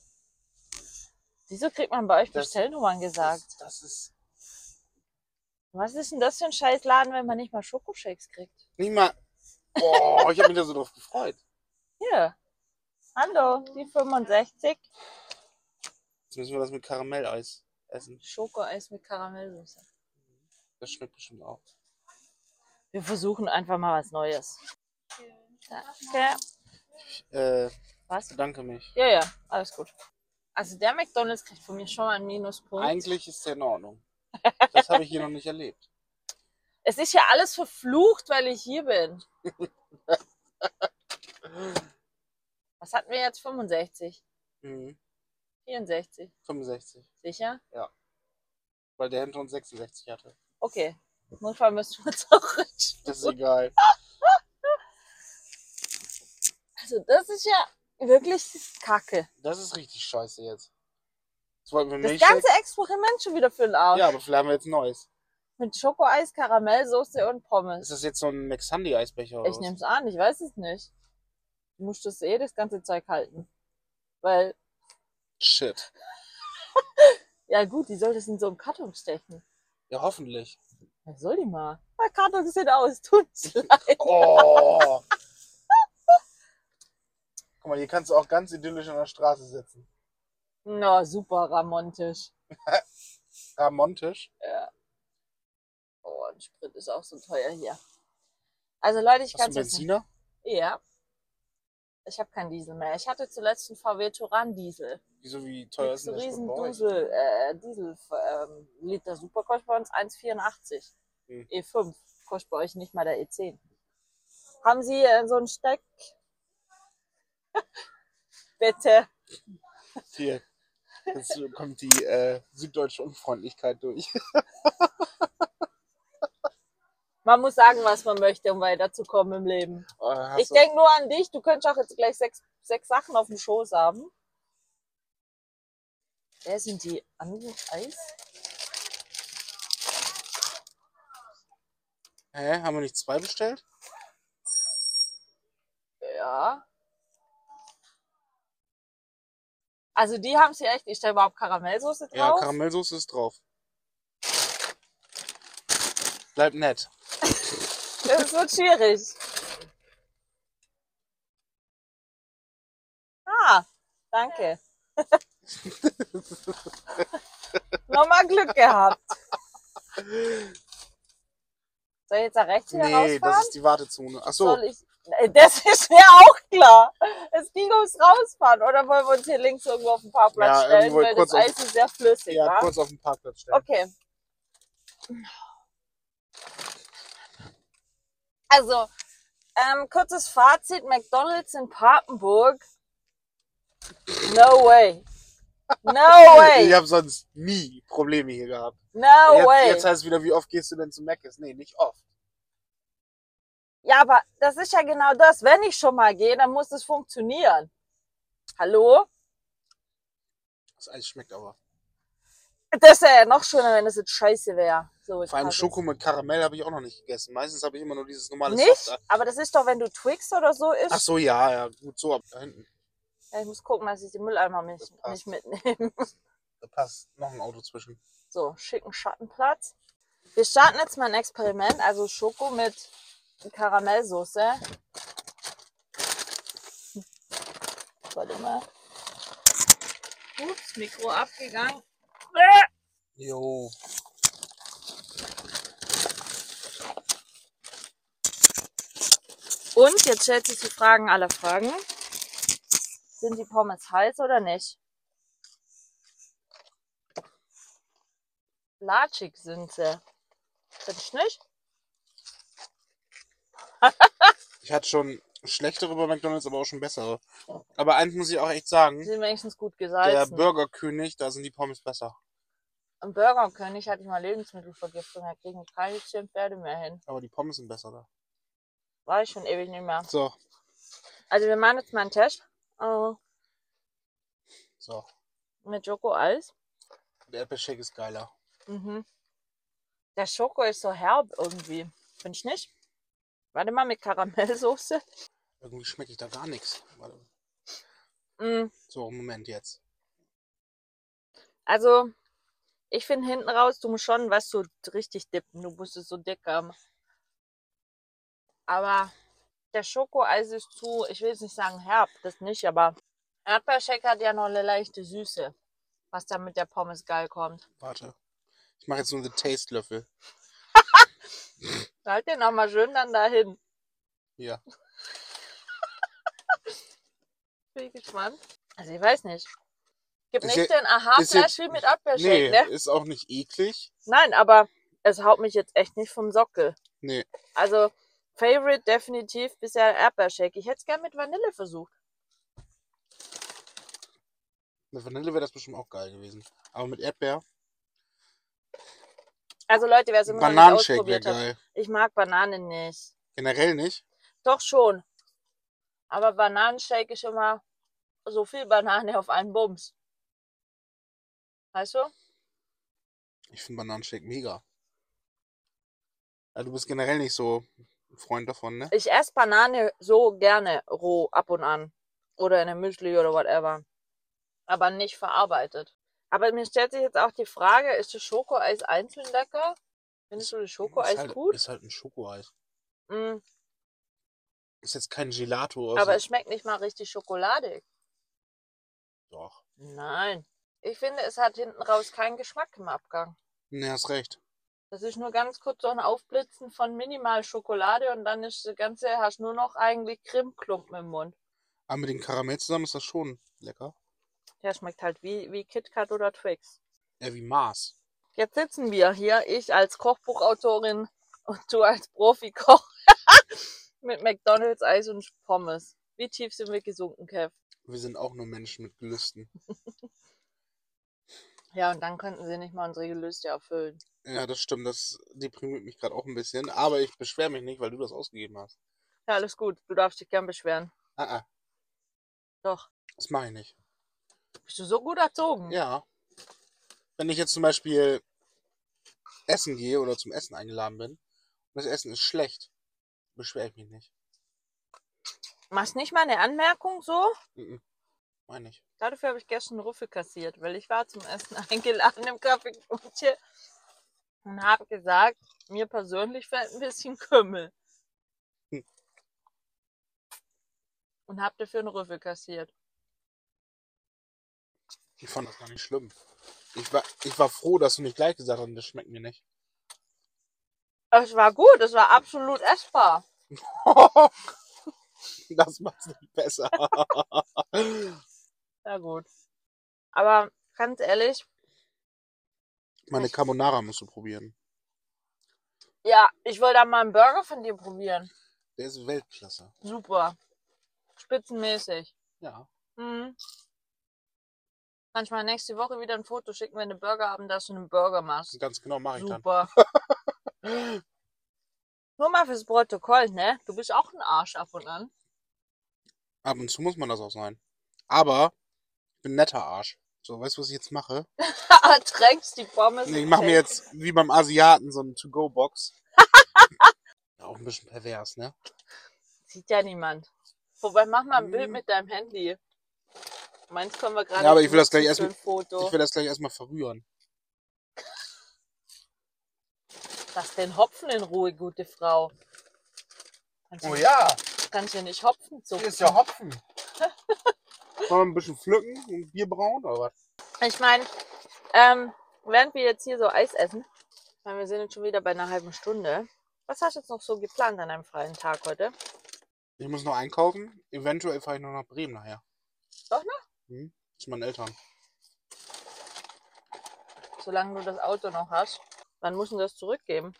S2: Wieso kriegt man bei euch
S3: Das-
S2: Bestellnummern gesagt?
S3: Das, das ist
S2: Was ist denn das für ein Scheißladen, wenn man nicht mal Schokoshakes kriegt?
S3: nicht mal. Boah, ich habe mich da so drauf gefreut.
S2: Hier. Hallo, die 65.
S3: Jetzt müssen wir das mit Karamelleis essen.
S2: Schokoeis mit Karamellsoße.
S3: Das schmeckt bestimmt auch.
S2: Wir versuchen einfach mal was Neues. Danke.
S3: Äh,
S2: Was?
S3: bedanke mich.
S2: Ja, ja, alles gut. Also der McDonalds kriegt von mir schon mal einen Minuspunkt.
S3: Eigentlich ist der in Ordnung. Das habe ich hier noch nicht erlebt.
S2: Es ist ja alles verflucht, weil ich hier bin. Was hatten wir jetzt? 65?
S3: Mhm.
S2: 64?
S3: 65.
S2: Sicher?
S3: Weil der hinter uns 66 hatte.
S2: Okay. Notfall müssen wir zurück.
S3: Das ist egal.
S2: Also das ist ja wirklich Kacke.
S3: Das ist richtig scheiße jetzt. Jetzt wollten wir
S2: Das
S3: Milchshake.
S2: ganze Experiment schon wieder für den Arsch.
S3: Ja, aber vielleicht haben wir jetzt ein neues.
S2: Mit Schokoeis, Karamellsoße und Pommes.
S3: Ist das jetzt so ein McSunday-Eisbecher oder
S2: Ich
S3: was?
S2: nehm's an, ich weiß es nicht. Du musst das eh das ganze Zeug halten. Weil,
S3: Shit.
S2: ja gut, die soll das in so einem Karton stechen.
S3: Ja, hoffentlich.
S2: Was soll die mal? Weil Kartons sind aus, tut's leid.
S3: Oh! Guck mal, hier kannst du auch ganz idyllisch an der Straße sitzen.
S2: Na, super ramontisch.
S3: Ramontisch.
S2: Ja. Oh, und Sprit ist auch so teuer hier. Also Leute, ich
S3: Hast du einen
S2: kann's jetzt nicht-
S3: Benziner?
S2: Ja. Ich habe keinen Diesel mehr. Ich hatte zuletzt einen VW Touran Diesel.
S3: Wieso, wie teuer
S2: Mit
S3: ist
S2: so
S3: denn das
S2: riesen
S3: bei euch?
S2: Dusel, äh, Diesel ähm, Liter Super kostet bei uns 1,84.
S3: Hm.
S2: E5 E kostet bei euch nicht mal der E10. Haben Sie äh, so einen Steck? Bitte.
S3: Hier. Jetzt kommt die äh, süddeutsche Unfreundlichkeit durch.
S2: Man muss sagen, was man möchte, um weiterzukommen im Leben.
S3: Oh, hast
S2: Ich
S3: du-
S2: denke nur an dich. Du könntest auch jetzt gleich sechs, sechs Sachen auf dem Schoß haben. Wer sind die anderen Eis?
S3: Hä? Haben wir nicht zwei bestellt?
S2: Ja. Also die haben sie echt. Ich stelle überhaupt Karamellsoße drauf.
S3: Ja, Karamellsoße ist drauf. Bleibt nett.
S2: Das wird schwierig. Ah, danke. Nochmal Glück gehabt. Soll ich jetzt da rechts wieder
S3: Nee,
S2: rausfahren?
S3: das ist die Wartezone. Ach so.
S2: Soll ich? Äh, Das ist mir auch klar. Es ging ums Rausfahren. Oder wollen wir uns hier links irgendwo auf den Parkplatz
S3: Ja,
S2: stellen?
S3: irgendwo
S2: Weil das
S3: kurz auf-
S2: Eis ist sehr flüssig.
S3: Ja,
S2: wa?
S3: kurz auf den Parkplatz stellen.
S2: Okay. Also, ähm, kurzes Fazit: McDonalds in Papenburg. No way. No way.
S3: Ich habe sonst nie Probleme hier gehabt.
S2: No way.
S3: jetzt, jetzt heißt es wieder, wie oft gehst du denn zu Mc's? Nee, nicht oft.
S2: Ja, aber das ist ja genau das. Wenn ich schon mal gehe, dann muss es funktionieren. Hallo?
S3: Das Eis schmeckt aber.
S2: Das wäre ja noch schöner, wenn das jetzt scheiße wäre. So, jetzt
S3: Vor allem
S2: passt es.
S3: Schoko mit Karamell habe ich auch noch nicht gegessen. Meistens habe ich immer nur dieses normale
S2: Nicht?
S3: Soft-
S2: Aber das ist doch, wenn du Twix oder so isst.
S3: Ach so, ja, ja, gut, so ab da hinten.
S2: Ja, ich muss gucken, dass ich die Mülleimer nicht,
S3: Das passt.
S2: nicht mitnehme.
S3: Da passt noch ein Auto zwischen.
S2: So, schicken Schattenplatz. Wir starten jetzt mal ein Experiment, also Schoko mit Karamellsoße. Warte mal. Ups, Mikro abgegangen.
S3: Jo.
S2: Und jetzt stellt sich die Fragen aller Fragen. Sind die Pommes heiß oder nicht? Latschig sind sie. Findest du nicht?
S3: Ich hatte schon schlechtere bei McDonalds, aber auch schon bessere. Aber eins muss ich auch echt sagen.
S2: Sie sind wenigstens gut
S3: Der
S2: gesalzen.
S3: Burgerkönig, da sind die Pommes besser.
S2: Am Burgerkönig hatte ich mal Lebensmittelvergiftung, da kriegen ich keine zehn Pferde mehr hin.
S3: Aber die Pommes sind besser da.
S2: War ich schon ewig nicht mehr.
S3: So,
S2: Also wir machen jetzt mal einen Test äh,
S3: so.
S2: mit Schoko-Eis.
S3: Der Apple-Shake ist geiler.
S2: Mhm. Der Schoko ist so herb irgendwie. Finde ich nicht? Warte mal, mit Karamellsoße.
S3: Irgendwie schmecke ich da gar nichts. Warte.
S2: Mm,
S3: So, Moment jetzt.
S2: Also, ich finde hinten raus, du musst schon was so richtig dippen. Du musst es so dick haben. Aber der Schokoeis ist zu, ich will jetzt nicht sagen herb, das nicht, aber Erdbeershake hat ja noch eine leichte Süße, was dann mit der Pommes geil kommt.
S3: Warte. Ich mache jetzt nur den Taste-Löffel.
S2: Halt den nochmal schön dann dahin.
S3: Hier.
S2: Bin ich gespannt. Also, ich weiß nicht. Gibt
S3: Ist
S2: nicht
S3: ja-
S2: den Aha-Flash
S3: ist ja-
S2: wie mit Erdbeershake,
S3: Nee,
S2: ne?
S3: ist auch nicht eklig.
S2: Nein, aber es haut mich jetzt echt nicht vom Sockel.
S3: Nee.
S2: Also, Favorite definitiv bisher Erdbeershake. Ich hätte es gern mit Vanille versucht.
S3: Mit Vanille wäre das bestimmt auch geil gewesen. Aber mit Erdbeer.
S2: Also, Leute, wer es immer noch nicht
S3: Bananenshake wäre
S2: ausprobiert hat.
S3: geil.
S2: Ich mag Bananen nicht.
S3: Generell nicht.
S2: Doch schon. Aber Bananenshake ist immer so viel Banane auf einen Bums. Weißt du?
S3: Ich finde Bananenshake mega. Ja, du bist generell nicht so ein Freund davon, ne?
S2: Ich esse Banane so gerne roh ab und an. Oder in einem Müsli oder whatever. Aber nicht verarbeitet. Aber mir stellt sich jetzt auch die Frage, ist das Schokoeis einzeln lecker? Findest du das Schokoeis
S3: ist halt,
S2: gut?
S3: Ist halt ein Schokoeis.
S2: Mm,
S3: Ist jetzt kein Gelato oder
S2: aber
S3: so.
S2: es schmeckt nicht mal richtig schokoladig.
S3: Doch.
S2: Nein. Ich finde, es hat hinten raus keinen Geschmack im Abgang.
S3: Ne, hast recht.
S2: Das ist nur ganz kurz so ein Aufblitzen von minimal Schokolade und dann ist das Ganze, hast nur noch eigentlich Krimklumpen im Mund.
S3: Aber mit dem Karamell zusammen ist das schon lecker.
S2: Der schmeckt halt wie, wie KitKat oder Twix.
S3: Ja, wie Mars.
S2: Jetzt sitzen wir hier, ich als Kochbuchautorin und du als Profikoch mit McDonalds Eis und Pommes. Wie tief sind wir gesunken, Kev?
S3: Wir sind auch nur Menschen mit Gelüsten.
S2: Ja, und dann könnten sie nicht mal unsere Gelüste erfüllen.
S3: Ja, das stimmt. Das deprimiert mich gerade auch ein bisschen. Aber ich beschwere mich nicht, weil du das ausgegeben hast.
S2: Ja, alles gut. Du darfst dich gern beschweren.
S3: Ah, ah,
S2: Doch.
S3: das mache ich nicht.
S2: Bist du so gut erzogen?
S3: Ja. Wenn ich jetzt zum Beispiel essen gehe oder zum Essen eingeladen bin und das Essen ist schlecht, beschwere ich mich nicht.
S2: Machst nicht mal eine Anmerkung so?
S3: Mhm. Meine ich.
S2: Dafür habe ich gestern einen Rüffel kassiert, weil ich war zum Essen eingeladen im Kaffeeküche und habe gesagt, mir persönlich fällt ein bisschen Kümmel.
S3: Hm.
S2: Und habe dafür einen Rüffel kassiert.
S3: Ich fand das gar nicht schlimm. Ich war, ich war froh, dass du nicht gleich gesagt hast, das schmeckt mir nicht.
S2: Aber Es war gut, es war absolut essbar.
S3: Das macht's nicht besser.
S2: Ja gut. Aber ganz ehrlich,
S3: Meine Carbonara musst du probieren.
S2: ja, ich wollte da mal einen Burger von dir probieren.
S3: Der ist Weltklasse.
S2: Super. Spitzenmäßig.
S3: Ja.
S2: Mhm. Manchmal nächste Woche wieder ein Foto schicken, wenn du Burger haben, dass du einen Burger machst.
S3: Ganz genau mache ich dann.
S2: Super. Nur mal fürs Protokoll, ne? Du bist auch ein Arsch ab und an.
S3: Ab und zu muss man das auch sein. Aber ich bin netter Arsch. So, weißt du, was ich jetzt mache?
S2: Tränkst die Pommes.
S3: Nee,
S2: im
S3: ich mache mir
S2: Shake.
S3: jetzt wie beim Asiaten so eine To-Go-Box. Ja, auch ein bisschen pervers, ne?
S2: Sieht ja niemand. Wobei, mach mal ein Bild
S3: Hm.
S2: mit deinem Handy. Meins können wir gerade.
S3: Ja, aber ich
S2: nicht
S3: will das gleich
S2: nutzen für
S3: erst-
S2: ein Foto.
S3: Ich will das gleich erstmal verrühren.
S2: Lass den Hopfen in Ruhe, gute Frau. Kannst du-
S3: Oh ja,
S2: Kannst du nicht Hopfen zucken.
S3: Hopfen. Wollen wir ein bisschen pflücken und Bier brauen oder was?
S2: Ich meine, ähm, während wir jetzt hier so Eis essen, ich mein, wir sind jetzt schon wieder bei einer halben Stunde. Was hast du jetzt noch so geplant an einem freien Tag heute?
S3: Ich muss noch einkaufen. Eventuell fahre ich noch nach Bremen nachher.
S2: Doch
S3: noch? Hm? Zu meinen Eltern.
S2: Solange du das Auto noch hast. Wann muss denn das zurückgeben?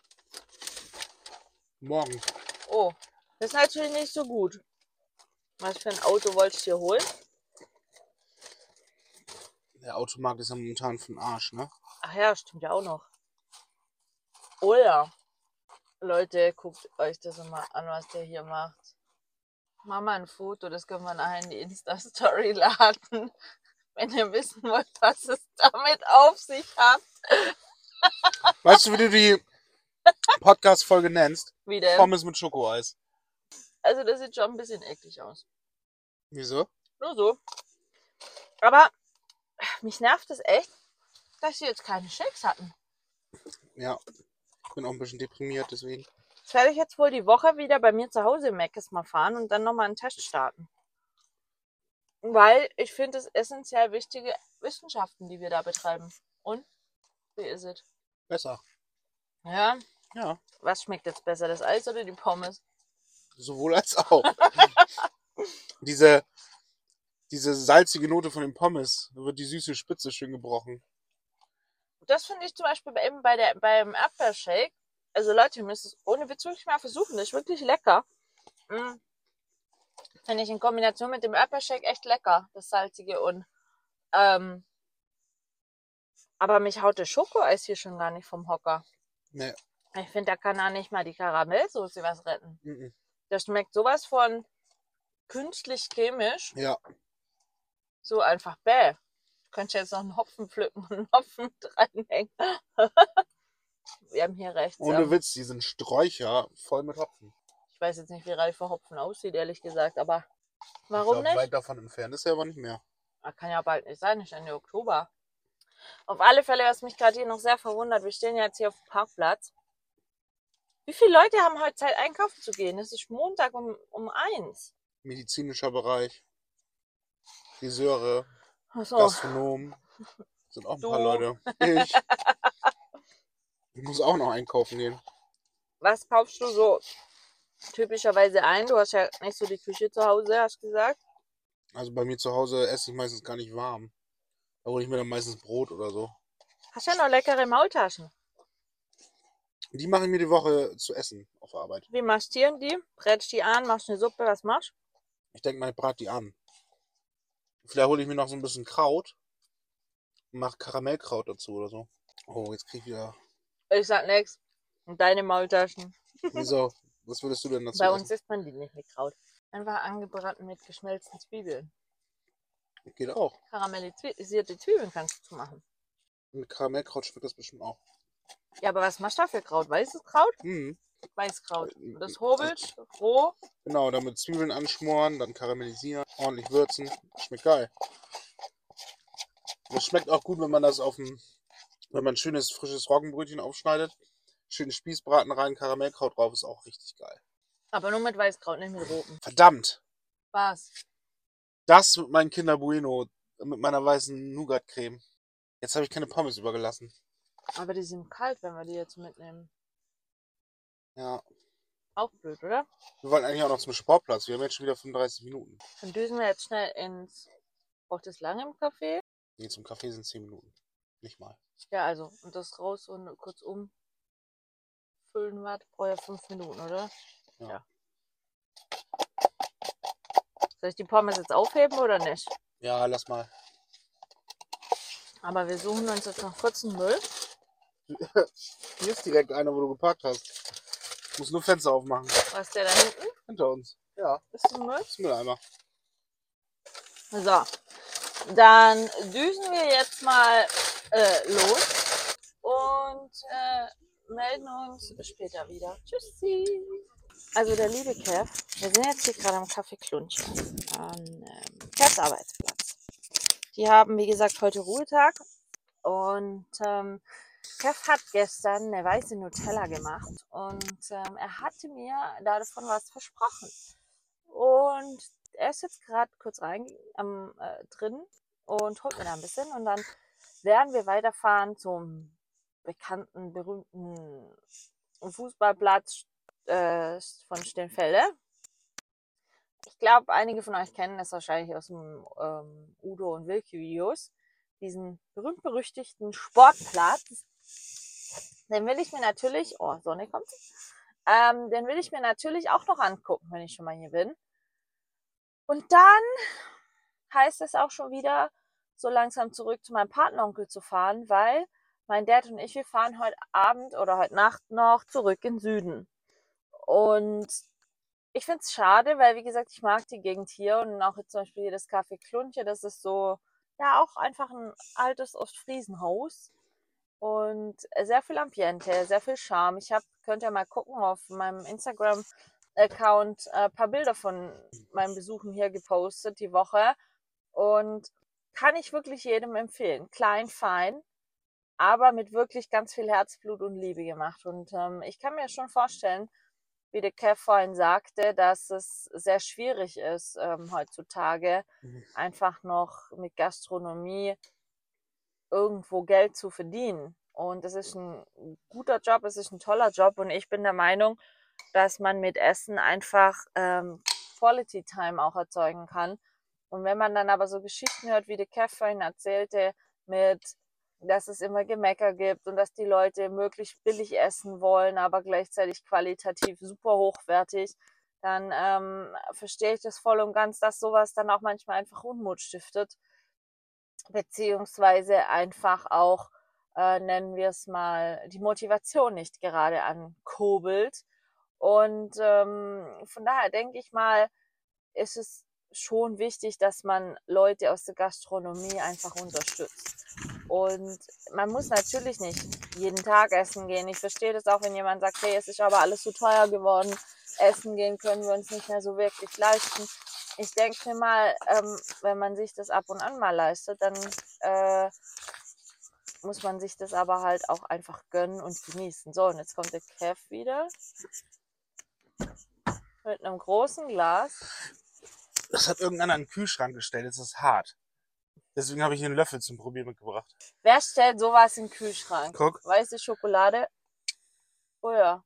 S3: Morgen.
S2: Oh, das ist natürlich nicht so gut. Was für ein Auto wolltest du dir holen?
S3: Der Automarkt ist ja momentan für den Arsch, ne?
S2: Ach ja, stimmt ja auch noch. Oh ja. Leute, guckt euch das mal an, was der hier macht. Mach mal ein Foto, das können wir nachher in die Insta-Story laden. Wenn ihr wissen wollt, was es damit auf sich hat.
S3: Weißt du, wie du die Podcast-Folge nennst?
S2: Wie denn?
S3: Pommes mit Schokoeis.
S2: Also das sieht schon ein bisschen eklig aus.
S3: Wieso?
S2: Nur so. Aber mich nervt es echt, dass sie jetzt keine Shakes hatten.
S3: Ja. Ich bin auch ein bisschen deprimiert, deswegen.
S2: Jetzt werde ich jetzt wohl die Woche wieder bei mir zu Hause im Meckes mal fahren und dann nochmal einen Test starten. Weil ich finde es essentiell wichtige Wissenschaften, die wir da betreiben. Und? Wie ist es?
S3: Besser.
S2: Ja,
S3: Ja.
S2: was schmeckt jetzt besser, das Eis oder die Pommes?
S3: Sowohl als auch. diese, diese salzige Note von den Pommes, da wird die süße Spitze schön gebrochen.
S2: Das finde ich zum Beispiel bei- eben bei der, beim Erdbeershake. Also Leute, ihr müsst es ohne Witz wirklich mal versuchen. Das ist wirklich lecker. Mm. Finde ich in Kombination mit dem Erdbeershake echt lecker. Das salzige und... Ähm, aber mich haut das Schokoeis hier schon gar nicht vom Hocker.
S3: Nee.
S2: Ich finde, da kann auch nicht mal die Karamellsoße was retten.
S3: Mhm.
S2: Das schmeckt sowas von künstlich chemisch.
S3: Ja.
S2: So einfach bäh. Könnte jetzt noch einen Hopfen pflücken und einen Hopfen dranhängen. Wir haben hier rechts.
S3: Ohne
S2: ähm,
S3: Witz, die sind Sträucher voll mit Hopfen.
S2: Ich weiß jetzt nicht, wie reifer Hopfen aussieht, ehrlich gesagt, aber
S3: ich
S2: warum
S3: glaub,
S2: nicht?
S3: Weit davon entfernt ist er aber nicht mehr.
S2: Ah, Kann ja bald nicht sein, ist Ende Oktober. Auf alle Fälle, was mich gerade hier noch sehr verwundert, wir stehen ja jetzt hier auf dem Parkplatz. Wie viele Leute haben heute Zeit, einkaufen zu gehen? Es ist Montag um, um eins.
S3: Medizinischer Bereich, Friseure,
S2: Achso,
S3: Gastronomen, sind auch ein paar
S2: Du.
S3: Leute. Ich. ich muss auch noch einkaufen gehen.
S2: was kaufst du so typischerweise ein? Du hast ja nicht so die Küche zu Hause, hast gesagt.
S3: Also bei mir zu Hause esse ich meistens gar nicht warm. Da hole ich mir dann meistens Brot oder so.
S2: Hast ja noch leckere Maultaschen.
S3: Die mache ich mir die Woche zu essen auf der Arbeit.
S2: Wie mastieren die? Brätst die an, machst eine Suppe, was machst
S3: Ich denke mal, ich brate die an. Vielleicht hole ich mir noch so ein bisschen Kraut und mache Karamellkraut dazu oder so. Oh, jetzt krieg ich wieder.
S2: Ich sag nix. Und deine Maultaschen.
S3: Wieso? Was würdest du denn dazu
S2: Bei uns
S3: essen?
S2: isst man die nicht mit Kraut. Einfach angebraten mit geschmelzten Zwiebeln.
S3: Geht auch.
S2: Karamellisierte Zwiebeln kannst du zu machen.
S3: Mit Karamellkraut schmeckt das bestimmt auch.
S2: Ja, aber was machst du da für Kraut? Weißes Kraut?
S3: Mhm.
S2: Weißkraut. Und das hobelt roh.
S3: Genau, damit Zwiebeln anschmoren, dann karamellisieren, ordentlich würzen. Schmeckt geil. Das schmeckt auch gut, wenn man das auf dem, wenn man ein schönes frisches Roggenbrötchen aufschneidet, schönen Spießbraten rein, Karamellkraut drauf, ist auch richtig geil.
S2: Aber nur mit Weißkraut, nicht mit roten.
S3: Verdammt!
S2: Was?
S3: Das mit meinen Kinder Bueno, mit meiner weißen Nougat-Creme. Jetzt habe ich keine Pommes übergelassen.
S2: Aber die sind kalt, wenn wir die jetzt mitnehmen.
S3: Ja.
S2: Auch blöd, oder?
S3: Wir wollten eigentlich auch noch zum Sportplatz. Wir haben jetzt schon wieder 35 Minuten.
S2: Dann düsen wir jetzt schnell ins. Braucht es lange im Café?
S3: Nee, zum Kaffee sind 10 Minuten. Nicht mal.
S2: Ja, also. Und das raus und kurz umfüllen was. Braucht ja fünf Minuten, oder?
S3: Ja.
S2: Soll ich die Pommes jetzt aufheben oder nicht?
S3: Ja, lass mal.
S2: Aber wir suchen uns jetzt noch kurz einen Müll.
S3: Hier ist direkt einer, wo du geparkt hast. Ich muss nur Fenster aufmachen.
S2: Was ist der da hinten?
S3: Hinter uns. Ja,
S2: Ist ein Müll?
S3: das ist ein Mülleimer.
S2: So. Dann düsen wir jetzt mal äh, los und äh, melden uns später wieder. Tschüssi. Also der liebe Kev, wir sind jetzt hier gerade am Café Klunsch an ähm, Kevs Arbeitsplatz. Die haben, wie gesagt, heute Ruhetag und ähm, Kev hat gestern eine weiße Nutella gemacht und ähm, er hatte mir davon was versprochen. Und er ist jetzt gerade kurz rein am, äh, drin und holt mir da ein bisschen und dann werden wir weiterfahren zum bekannten, berühmten Fußballplatz äh, von Sternfelde. Ich glaube, einige von euch kennen das wahrscheinlich aus dem ähm, Udo und Wilke Videos, diesen berühmt-berüchtigten Sportplatz. Den will ich mir natürlich, oh, Sonne kommt, ähm, den will ich mir natürlich auch noch angucken, wenn ich schon mal hier bin. Und dann heißt es auch schon wieder, so langsam zurück zu meinem Patenonkel zu fahren, weil mein Dad und ich, wir fahren heute Abend oder heute Nacht noch zurück in den Süden. Und ich finde es schade, weil, wie gesagt, ich mag die Gegend hier und auch jetzt zum Beispiel hier das Café Klunche, das ist so, ja, auch einfach ein altes Ostfriesenhaus. Und sehr viel Ambiente, sehr viel Charme. Ich hab, könnt ihr mal gucken auf meinem Instagram-Account, ein äh, paar Bilder von meinen Besuchen hier gepostet die Woche und kann ich wirklich jedem empfehlen. Klein, fein, aber mit wirklich ganz viel Herzblut und Liebe gemacht. Und ähm, ich kann mir schon vorstellen, wie der Kev vorhin sagte, dass es sehr schwierig ist, ähm, heutzutage
S3: Mhm.
S2: einfach noch mit Gastronomie irgendwo Geld zu verdienen. Und es ist ein guter Job, es ist ein toller Job und ich bin der Meinung, dass man mit Essen einfach ähm, Quality Time auch erzeugen kann. Und wenn man dann aber so Geschichten hört, wie der Kev vorhin erzählte, mit, dass es immer Gemecker gibt und dass die Leute möglichst billig essen wollen, aber gleichzeitig qualitativ super hochwertig, dann ähm, verstehe ich das voll und ganz, dass sowas dann auch manchmal einfach Unmut stiftet. Beziehungsweise einfach auch, äh, nennen wir es mal, die Motivation nicht gerade ankurbelt. Und ähm, von daher denke ich mal, ist es schon wichtig, dass man Leute aus der Gastronomie einfach unterstützt. Und man muss natürlich nicht jeden Tag essen gehen. Ich verstehe das auch, wenn jemand sagt, hey, es ist aber alles so teuer geworden. Essen gehen können wir uns nicht mehr so wirklich leisten. Ich denke mir mal, ähm, wenn man sich das ab und an mal leistet, dann äh, muss man sich das aber halt auch einfach gönnen und genießen. So, und jetzt kommt der Kev wieder. Mit einem großen Glas.
S3: Das hat irgendeiner in den Kühlschrank gestellt. Das ist hart. Deswegen habe ich hier einen Löffel zum Probieren mitgebracht.
S2: Wer stellt sowas in den Kühlschrank?
S3: Guck.
S2: Weiße Schokolade. Oh ja.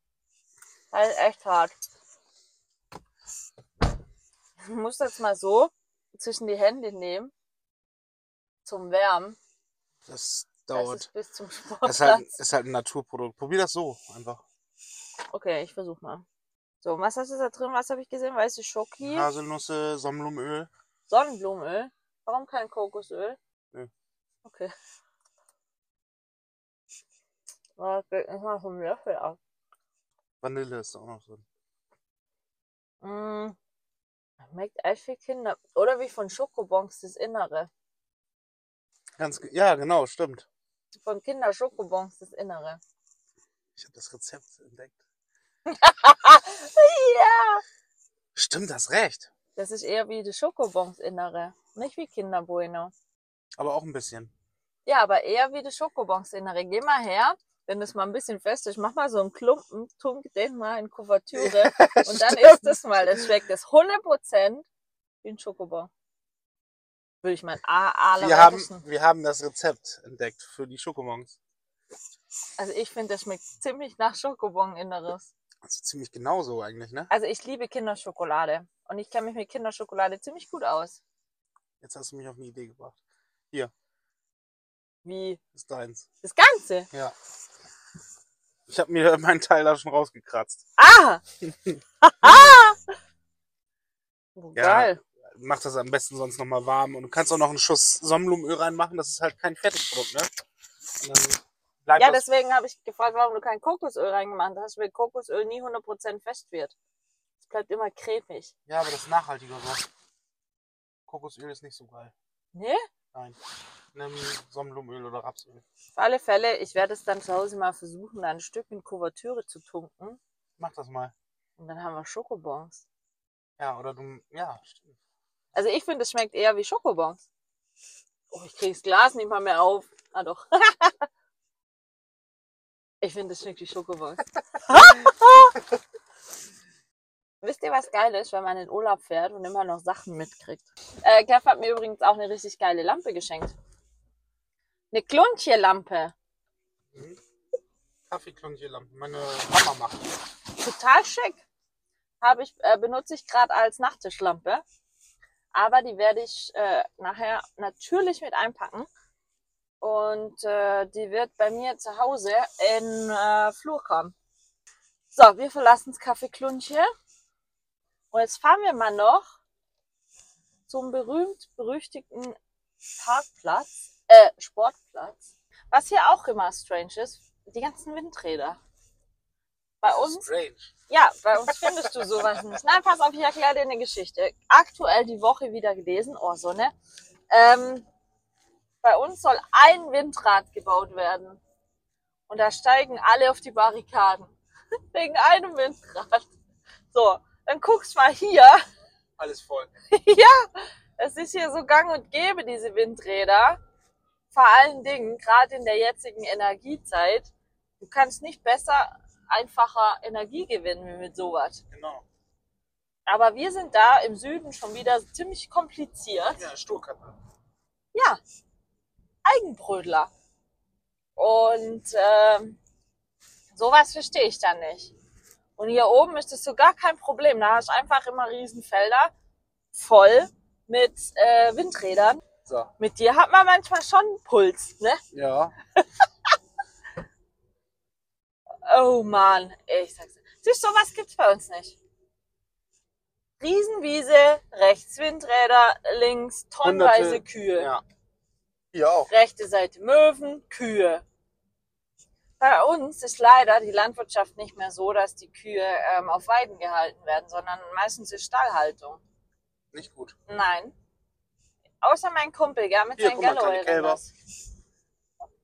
S2: Das ist echt hart. Ich muss das mal so zwischen die Hände nehmen. Zum Wärmen.
S3: Das
S2: Das
S3: dauert.
S2: ist bis zum
S3: Das
S2: Sportplatz.
S3: ist halt, ist halt ein Naturprodukt. Probier das so einfach.
S2: Okay, ich versuch mal. So, was hast du da drin? Was habe ich gesehen? Weiße Schoki,
S3: Haselnüsse, Sonnenblumenöl.
S2: Sonnenblumenöl. Warum kein Kokosöl?
S3: Nö.
S2: Okay. Oh, das geht nicht mal vom Löffel ab.
S3: Vanille ist da auch noch drin.
S2: Mm. Schmeckt echt für Kinder. Oder wie von Schokobons, das Innere.
S3: Ganz, ge- ja, genau, stimmt.
S2: Von Kinder Schokobons, das Innere.
S3: Ich habe das Rezept entdeckt.
S2: Ja!
S3: Stimmt, das recht.
S2: Das ist eher wie die Schokobons Innere. Nicht wie Kinder Bueno.
S3: Aber auch ein bisschen.
S2: Ja, aber eher wie die Schokobons Innere. Geh mal her, wenn das mal ein bisschen fest ist, mach mal so einen Klumpen, tunk den mal in Kuvertüre und dann isst das mal. Das schmeckt das 100% wie ein Schokobon. Würde ich mein A
S3: Wir haben, wir haben das Rezept entdeckt für die Schokomons.
S2: Also ich finde, das schmeckt ziemlich nach Schokobon Inneres.
S3: Also ziemlich genauso eigentlich, ne?
S2: Also ich liebe Kinderschokolade und ich kenne mich mit Kinderschokolade ziemlich gut aus.
S3: Jetzt hast du mich auf eine Idee gebracht.
S2: Wie
S3: Ist deins.
S2: das Ganze.
S3: Ja. Ich habe mir meinen Teil da schon rausgekratzt.
S2: Ah! Ah! Oh,
S3: Ja.
S2: Geil.
S3: Mach das am besten sonst nochmal warm. Und du kannst auch noch einen Schuss Sonnenblumenöl reinmachen. Das ist halt kein Fertigprodukt, ne? Und dann bleibt
S2: Ja,
S3: das,
S2: deswegen habe ich gefragt, warum du kein Kokosöl reingemacht hast, weil Kokosöl nie 100% fest wird. Es bleibt immer cremig.
S3: ja, aber das ist nachhaltiger so. Kokosöl ist nicht so geil.
S2: Ne?
S3: Nein. Nimm Sonnenblumenöl oder Rapsöl.
S2: Auf alle Fälle, ich werde es dann zu Hause mal versuchen, da ein Stück in Kuvertüre zu tunken.
S3: Mach das mal.
S2: Und dann haben wir Schokobons.
S3: Ja, oder du. Ja, stimmt.
S2: Also ich finde, es schmeckt eher wie Schokobons. Oh, ich kriege das Glas nicht mal mehr auf. Ah doch. ich finde, es schmeckt wie Schokobons. Wisst ihr, was geil ist, wenn man in Urlaub fährt und immer noch Sachen mitkriegt? Äh, Kev hat mir übrigens auch eine richtig geile Lampe geschenkt. Eine Kluntje-Lampe.
S3: Kaffeeklonkierlampen. Mhm. Meine Mama macht. die.
S2: Total schick. Habe ich, äh, benutze ich gerade als Nachttischlampe. Aber die werde ich äh, nachher natürlich mit einpacken. Und äh, die wird bei mir zu Hause in äh, Flur kommen. So, wir verlassen das Café Klunche. Und jetzt fahren wir mal noch zum berühmt-berüchtigten Parkplatz, äh, Sportplatz. Was hier auch immer strange ist, die ganzen Windräder. Bei uns
S3: Strange.
S2: ja, bei uns findest du sowas nicht. Nein, pass auf, ich erkläre dir eine Geschichte. Aktuell die Woche wieder gelesen, oh Sonne. Ähm, bei uns soll ein Windrad gebaut werden. Und da steigen alle auf die Barrikaden. Wegen einem Windrad. So, dann guckst mal hier.
S3: Alles voll.
S2: ja, es ist hier so gang und gäbe, diese Windräder. Vor allen Dingen, gerade in der jetzigen Energiezeit. Du kannst nicht besser, einfacher Energie gewinnen wie mit sowas.
S3: Genau.
S2: Aber wir sind da im Süden schon wieder ziemlich kompliziert.
S3: Ja, Sturkappe.
S2: Ja, Eigenbrödler. Und ähm, sowas verstehe ich dann nicht. Und hier oben ist es so gar kein Problem. Da hast du einfach immer Riesenfelder voll mit äh, Windrädern.
S3: So.
S2: Mit dir hat man manchmal schon einen Puls, ne?
S3: Ja.
S2: Oh Mann, ich sag's. dir. Siehst du, sowas gibt's bei uns nicht. Riesenwiese, rechts Windräder, links tonnenweise
S3: Hunderte,
S2: Kühe.
S3: Ja. Hier auch.
S2: rechte Seite Möwen, Kühe. Bei uns ist leider die Landwirtschaft nicht mehr so, dass die Kühe ähm, auf Weiden gehalten werden, sondern meistens ist Stallhaltung.
S3: Nicht gut.
S2: Nein. Außer mein Kumpel, ja, mit
S3: Hier,
S2: seinen
S3: guck mal, kleine
S2: Galloway
S3: Kälber.
S2: Rinders.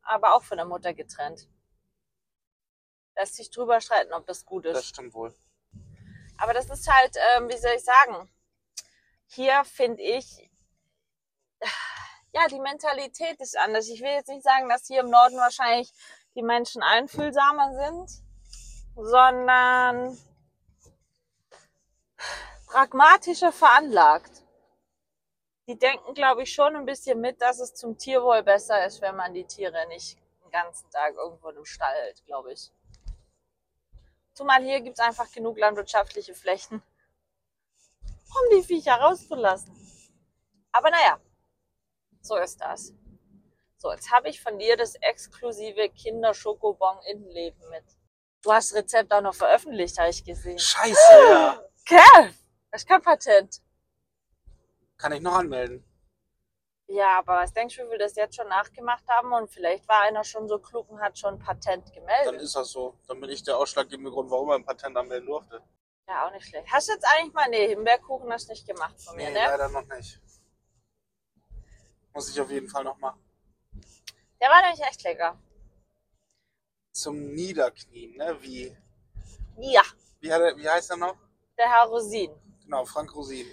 S2: Aber auch von der Mutter getrennt. Lässt sich drüber streiten, ob das gut
S3: Das
S2: ist.
S3: stimmt wohl.
S2: Aber das ist halt, ähm, wie soll ich sagen, hier finde ich, ja, die Mentalität ist anders. Ich will jetzt nicht sagen, dass hier im Norden wahrscheinlich die Menschen einfühlsamer sind, sondern pragmatischer veranlagt. Die denken, glaube ich, schon ein bisschen mit, dass es zum Tierwohl besser ist, wenn man die Tiere nicht den ganzen Tag irgendwo im Stall hält, glaube ich. Zumal hier gibt's einfach genug landwirtschaftliche Flächen, um die Viecher rauszulassen. Aber naja, so ist das. So, jetzt habe ich von dir das exklusive Kinder-Schokobon-Innenleben mit. Du hast das Rezept auch noch veröffentlicht, habe ich gesehen.
S3: Scheiße, ja.
S2: Kerl, das ist kein Patent.
S3: Kann ich noch anmelden?
S2: Ja, aber was denkst du, wie wir das jetzt schon nachgemacht haben? Und vielleicht war einer schon so klug und hat schon ein Patent
S3: Dann
S2: gemeldet.
S3: ist das so. Dann bin ich der ausschlaggebende Grund, warum er ein Patent anmelden durfte.
S2: Ja, auch nicht schlecht. Hast du jetzt eigentlich mal, nee, Himbeerkuchen hast du nicht gemacht von mir,
S3: Nee,
S2: ne?
S3: leider noch nicht. Muss ich auf jeden Fall noch machen.
S2: Der war nämlich echt lecker.
S3: Zum Niederknien, ne? Wie,
S2: Ja,
S3: wie, hat er, wie heißt er noch?
S2: der Herr Rosin.
S3: Genau, Frank Rosin.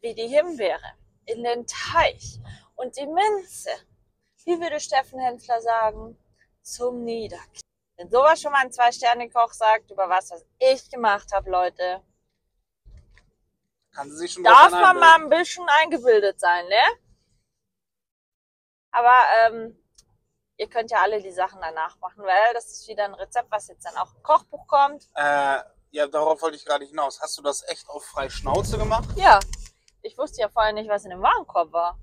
S2: Wie die Himbeere in den Teich und die Minze. Wie würde Steffen Hensler sagen? Zum Niederknien. Wenn sowas schon mal ein Zwei-Sterne-Koch sagt, über was, was ich gemacht habe, Leute,
S3: Kann sie sich schon
S2: darf
S3: drauf
S2: man
S3: einbilden?
S2: mal ein bisschen eingebildet sein, ne? Aber ähm, ihr könnt ja alle die Sachen danach machen, weil das ist wieder ein Rezept, was jetzt dann auch im Kochbuch kommt.
S3: Äh, ja, darauf wollte ich gerade hinaus. Hast du das echt auf freie Schnauze gemacht?
S2: Ja, ich wusste ja vorher nicht, was in dem Warenkorb war.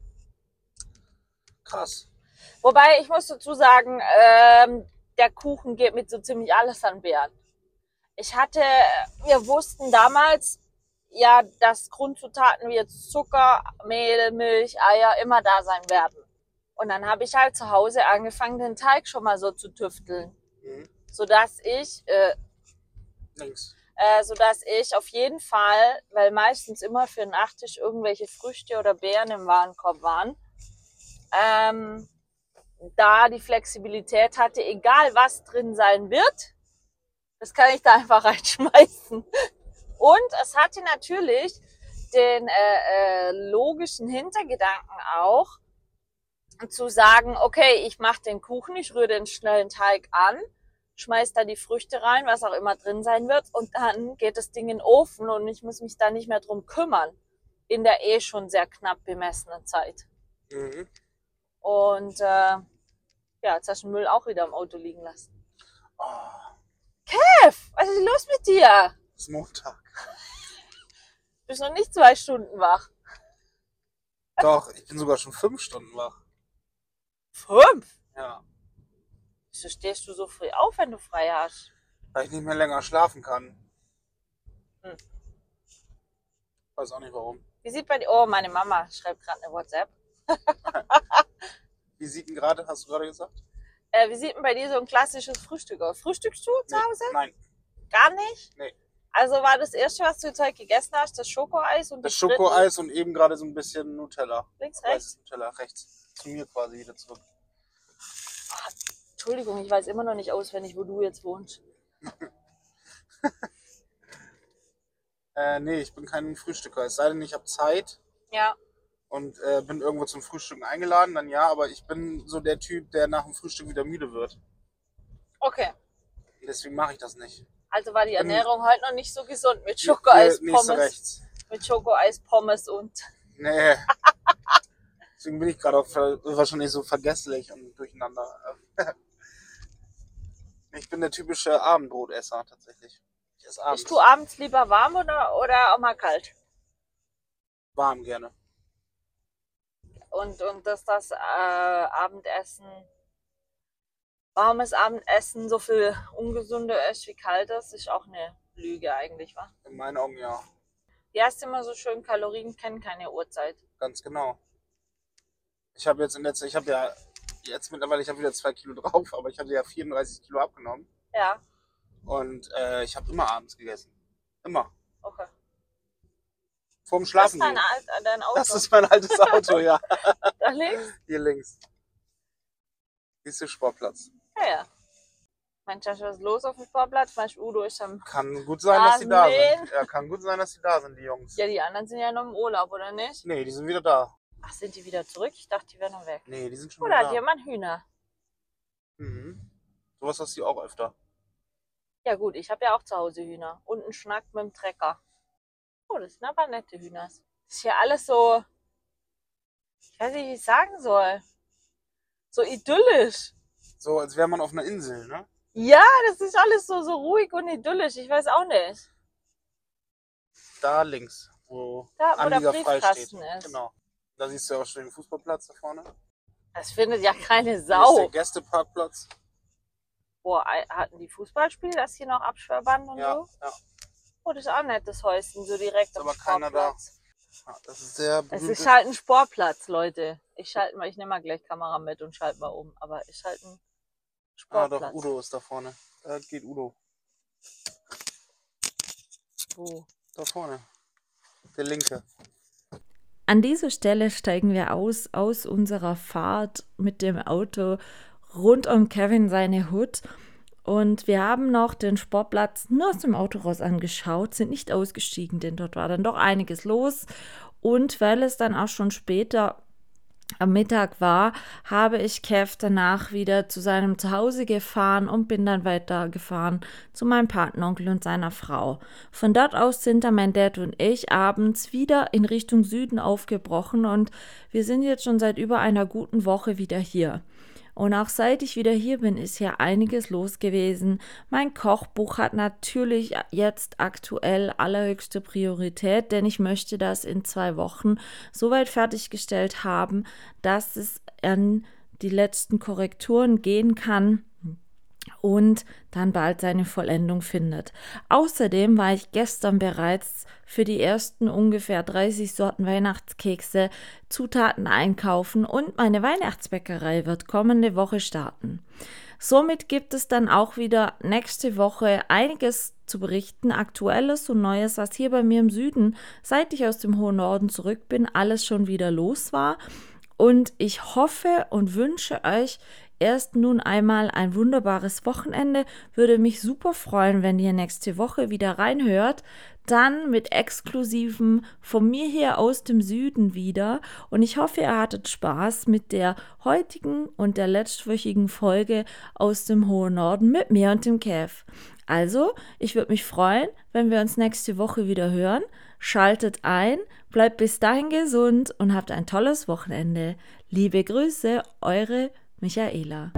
S3: Krass.
S2: Wobei, ich muss dazu sagen, ähm, der Kuchen geht mit so ziemlich alles an Bären. Ich hatte, wir wussten damals, ja, dass Grundzutaten wie jetzt Zucker, Mehl, Milch, Eier immer da sein werden. Und dann habe ich halt zu Hause angefangen, den Teig schon mal so zu tüfteln,
S3: Mhm.
S2: sodass ich, äh,
S3: Links.
S2: äh, sodass ich auf jeden Fall, weil meistens immer für den Nachtisch irgendwelche Früchte oder Beeren im Warenkorb waren, ähm, da die Flexibilität hatte, egal was drin sein wird, das kann ich da einfach reinschmeißen. Und es hatte natürlich den äh, äh, logischen Hintergedanken auch, zu sagen, okay, ich mache den Kuchen, ich rühre den schnellen Teig an, schmeiß da die Früchte rein, was auch immer drin sein wird, und dann geht das Ding in den Ofen und ich muss mich da nicht mehr drum kümmern. In der eh schon sehr knapp bemessenen Zeit.
S3: Mhm.
S2: Und äh, ja, jetzt hast du den Müll auch wieder im Auto liegen lassen.
S3: Oh,
S2: F, was ist los mit dir?
S3: ist Montag.
S2: Du bist noch nicht zwei Stunden wach.
S3: Doch, ich bin sogar schon fünf Stunden wach.
S2: Fünf?
S3: Ja.
S2: Wieso stehst du so früh auf, wenn du frei hast?
S3: Weil ich nicht mehr länger schlafen kann.
S2: Hm.
S3: Weiß auch nicht warum.
S2: Wie sieht bei dir. Oh, meine Mama schreibt gerade eine WhatsApp.
S3: Visiten gerade, hast du gerade gesagt?
S2: Äh, wie sieht denn bei dir so ein klassisches Frühstück aus? Frühstückst du zu
S3: Nee.
S2: Hause?
S3: Nein,
S2: Gar nicht?
S3: Nee.
S2: Also war das erste, was du jetzt heute gegessen hast, das Schokoeis und
S3: das
S2: die Fritten?
S3: Schokoeis und eben gerade so ein bisschen Nutella.
S2: Links, rechts?
S3: Weißes Nutella, rechts. Zu mir quasi wieder zurück.
S2: Entschuldigung, ich weiß immer noch nicht auswendig, wo du jetzt wohnst.
S3: Äh, nee, ich bin kein Frühstücker. Es sei denn, ich habe Zeit
S2: Ja.
S3: und äh, bin irgendwo zum Frühstücken eingeladen, dann ja, aber ich bin so der Typ, der nach dem Frühstück wieder müde wird.
S2: Okay.
S3: Und deswegen mache ich das nicht.
S2: Also war die
S3: Ähm,
S2: Ernährung heute noch nicht so gesund mit
S3: Äh, Nächste
S2: Schokoeis-Pommes.
S3: rechts.
S2: mit Schokoeis-Pommes und.
S3: Nee. Deswegen bin ich gerade auch ver- wahrscheinlich so vergesslich und durcheinander. Ich bin der typische Abendbrotesser tatsächlich. Ich esse abends
S2: Bist du abends lieber warm oder, oder auch mal kalt?
S3: warm gerne.
S2: Und, und dass das äh, Abendessen, warmes Abendessen so viel ungesünder ist wie kaltes, ist auch eine Lüge eigentlich, wa?
S3: In meinen Augen ja,
S2: Wie heißt immer so schön, Kalorien kennen keine Uhrzeit.
S3: ganz genau. Ich habe jetzt in letzter, ich habe ja jetzt mittlerweile, ich habe wieder zwei Kilo drauf, aber ich hatte ja 34 Kilo abgenommen
S2: Ja,
S3: und äh, ich habe immer abends gegessen. Immer.
S2: okay.
S3: Vorm
S5: Das
S3: Schlafen
S5: ist dein,
S3: gehen.
S5: Al- dein Auto.
S3: Das ist mein altes Auto, ja.
S5: da links.
S3: Hier links. Siehst du Sportplatz?
S5: Ja, ja. Meinst du, da ist was los auf dem Vorplatz? Meinst du, Udo ist am...
S3: Kann gut sein, dass die da sind.
S5: Rasenmähen.
S3: Ja, kann gut sein, dass die da sind, die Jungs.
S5: Ja, die anderen sind ja noch im Urlaub, oder nicht?
S3: Nee, die sind wieder da.
S5: Ach, sind die wieder zurück? Ich dachte, die wären noch weg.
S3: Nee, die sind schon
S5: Oder hat
S3: wieder da.
S5: jemand Hühner?
S3: Mhm. Sowas hast du auch öfter.
S5: Ja gut, ich habe ja auch zu Hause Hühner. Und einen Schnack mit dem Trecker. Oh, das sind aber nette Hühner. Das ist hier alles so... Ich weiß nicht, wie ich sagen soll. So idyllisch.
S3: So, als wäre man auf einer Insel, ne?
S5: Ja, das ist alles so, so ruhig und idyllisch. Ich weiß auch nicht.
S3: Da links, wo,
S5: Da, wo der
S3: Anlieger frei
S5: Briefkasten
S3: steht.
S5: ist.
S3: Genau. Da siehst du ja auch schon den Fußballplatz da vorne. Hier
S5: Das findet ja keine
S3: ist der
S5: Sau.
S3: Gästeparkplatz.
S5: Boah, ei- hatten die Fußballspiel, das hier noch Absperrband und
S3: Ja,
S5: so?
S3: ja.
S5: Oh, das ist auch nett, das Häuschen, so direkt
S3: Ist
S5: am
S3: aber keiner da. Mhm.
S5: Sportplatz.
S3: ja. Ah, Das ist der
S5: Es
S3: berühmte
S5: ist halt ein Sportplatz, Leute. Ich schalte mal, ich nehme mal gleich Kamera mit und schalte mal um. Aber ist halt ein
S3: Ah,
S5: Sportplatz.
S3: doch, Udo ist da vorne. Da geht Udo.
S5: Wo?
S3: Da vorne. Der linke.
S2: An dieser Stelle steigen wir aus aus unserer Fahrt mit dem Auto rund um Kevin seine Hut. Und wir haben noch den Sportplatz nur aus dem Auto raus angeschaut, sind nicht ausgestiegen, denn dort war dann doch einiges los. Und weil es dann auch schon später am Mittag war, habe ich Kev danach wieder zu seinem Zuhause gefahren und bin dann weitergefahren zu meinem Patenonkel und seiner Frau. Von dort aus sind dann mein Dad und ich abends wieder in Richtung Süden aufgebrochen und wir sind jetzt schon seit über einer guten Woche wieder hier. Und auch seit ich wieder hier bin, ist hier einiges los gewesen. Mein Kochbuch hat natürlich jetzt aktuell allerhöchste Priorität, denn ich möchte das in zwei Wochen so weit fertiggestellt haben, dass es an die letzten Korrekturen gehen kann und dann bald seine Vollendung findet. Außerdem war ich gestern bereits für die ersten ungefähr 30 Sorten Weihnachtskekse Zutaten einkaufen und meine Weihnachtsbäckerei wird kommende Woche starten. Somit gibt es dann auch wieder nächste Woche einiges zu berichten, aktuelles und neues, was hier bei mir im Süden, seit ich aus dem hohen Norden zurück bin, alles schon wieder los war. Und ich hoffe und wünsche euch erst nun einmal ein wunderbares Wochenende. Würde mich super freuen, wenn ihr nächste Woche wieder reinhört. Dann mit exklusivem von mir hier aus dem Süden wieder. Und ich hoffe, ihr hattet Spaß mit der heutigen und der letztwöchigen Folge aus dem hohen Norden mit mir und dem Kev. Also, ich würde mich freuen, wenn wir uns nächste Woche wieder hören. Schaltet ein, bleibt bis dahin gesund und habt ein tolles Wochenende. Liebe Grüße, eure Michaela.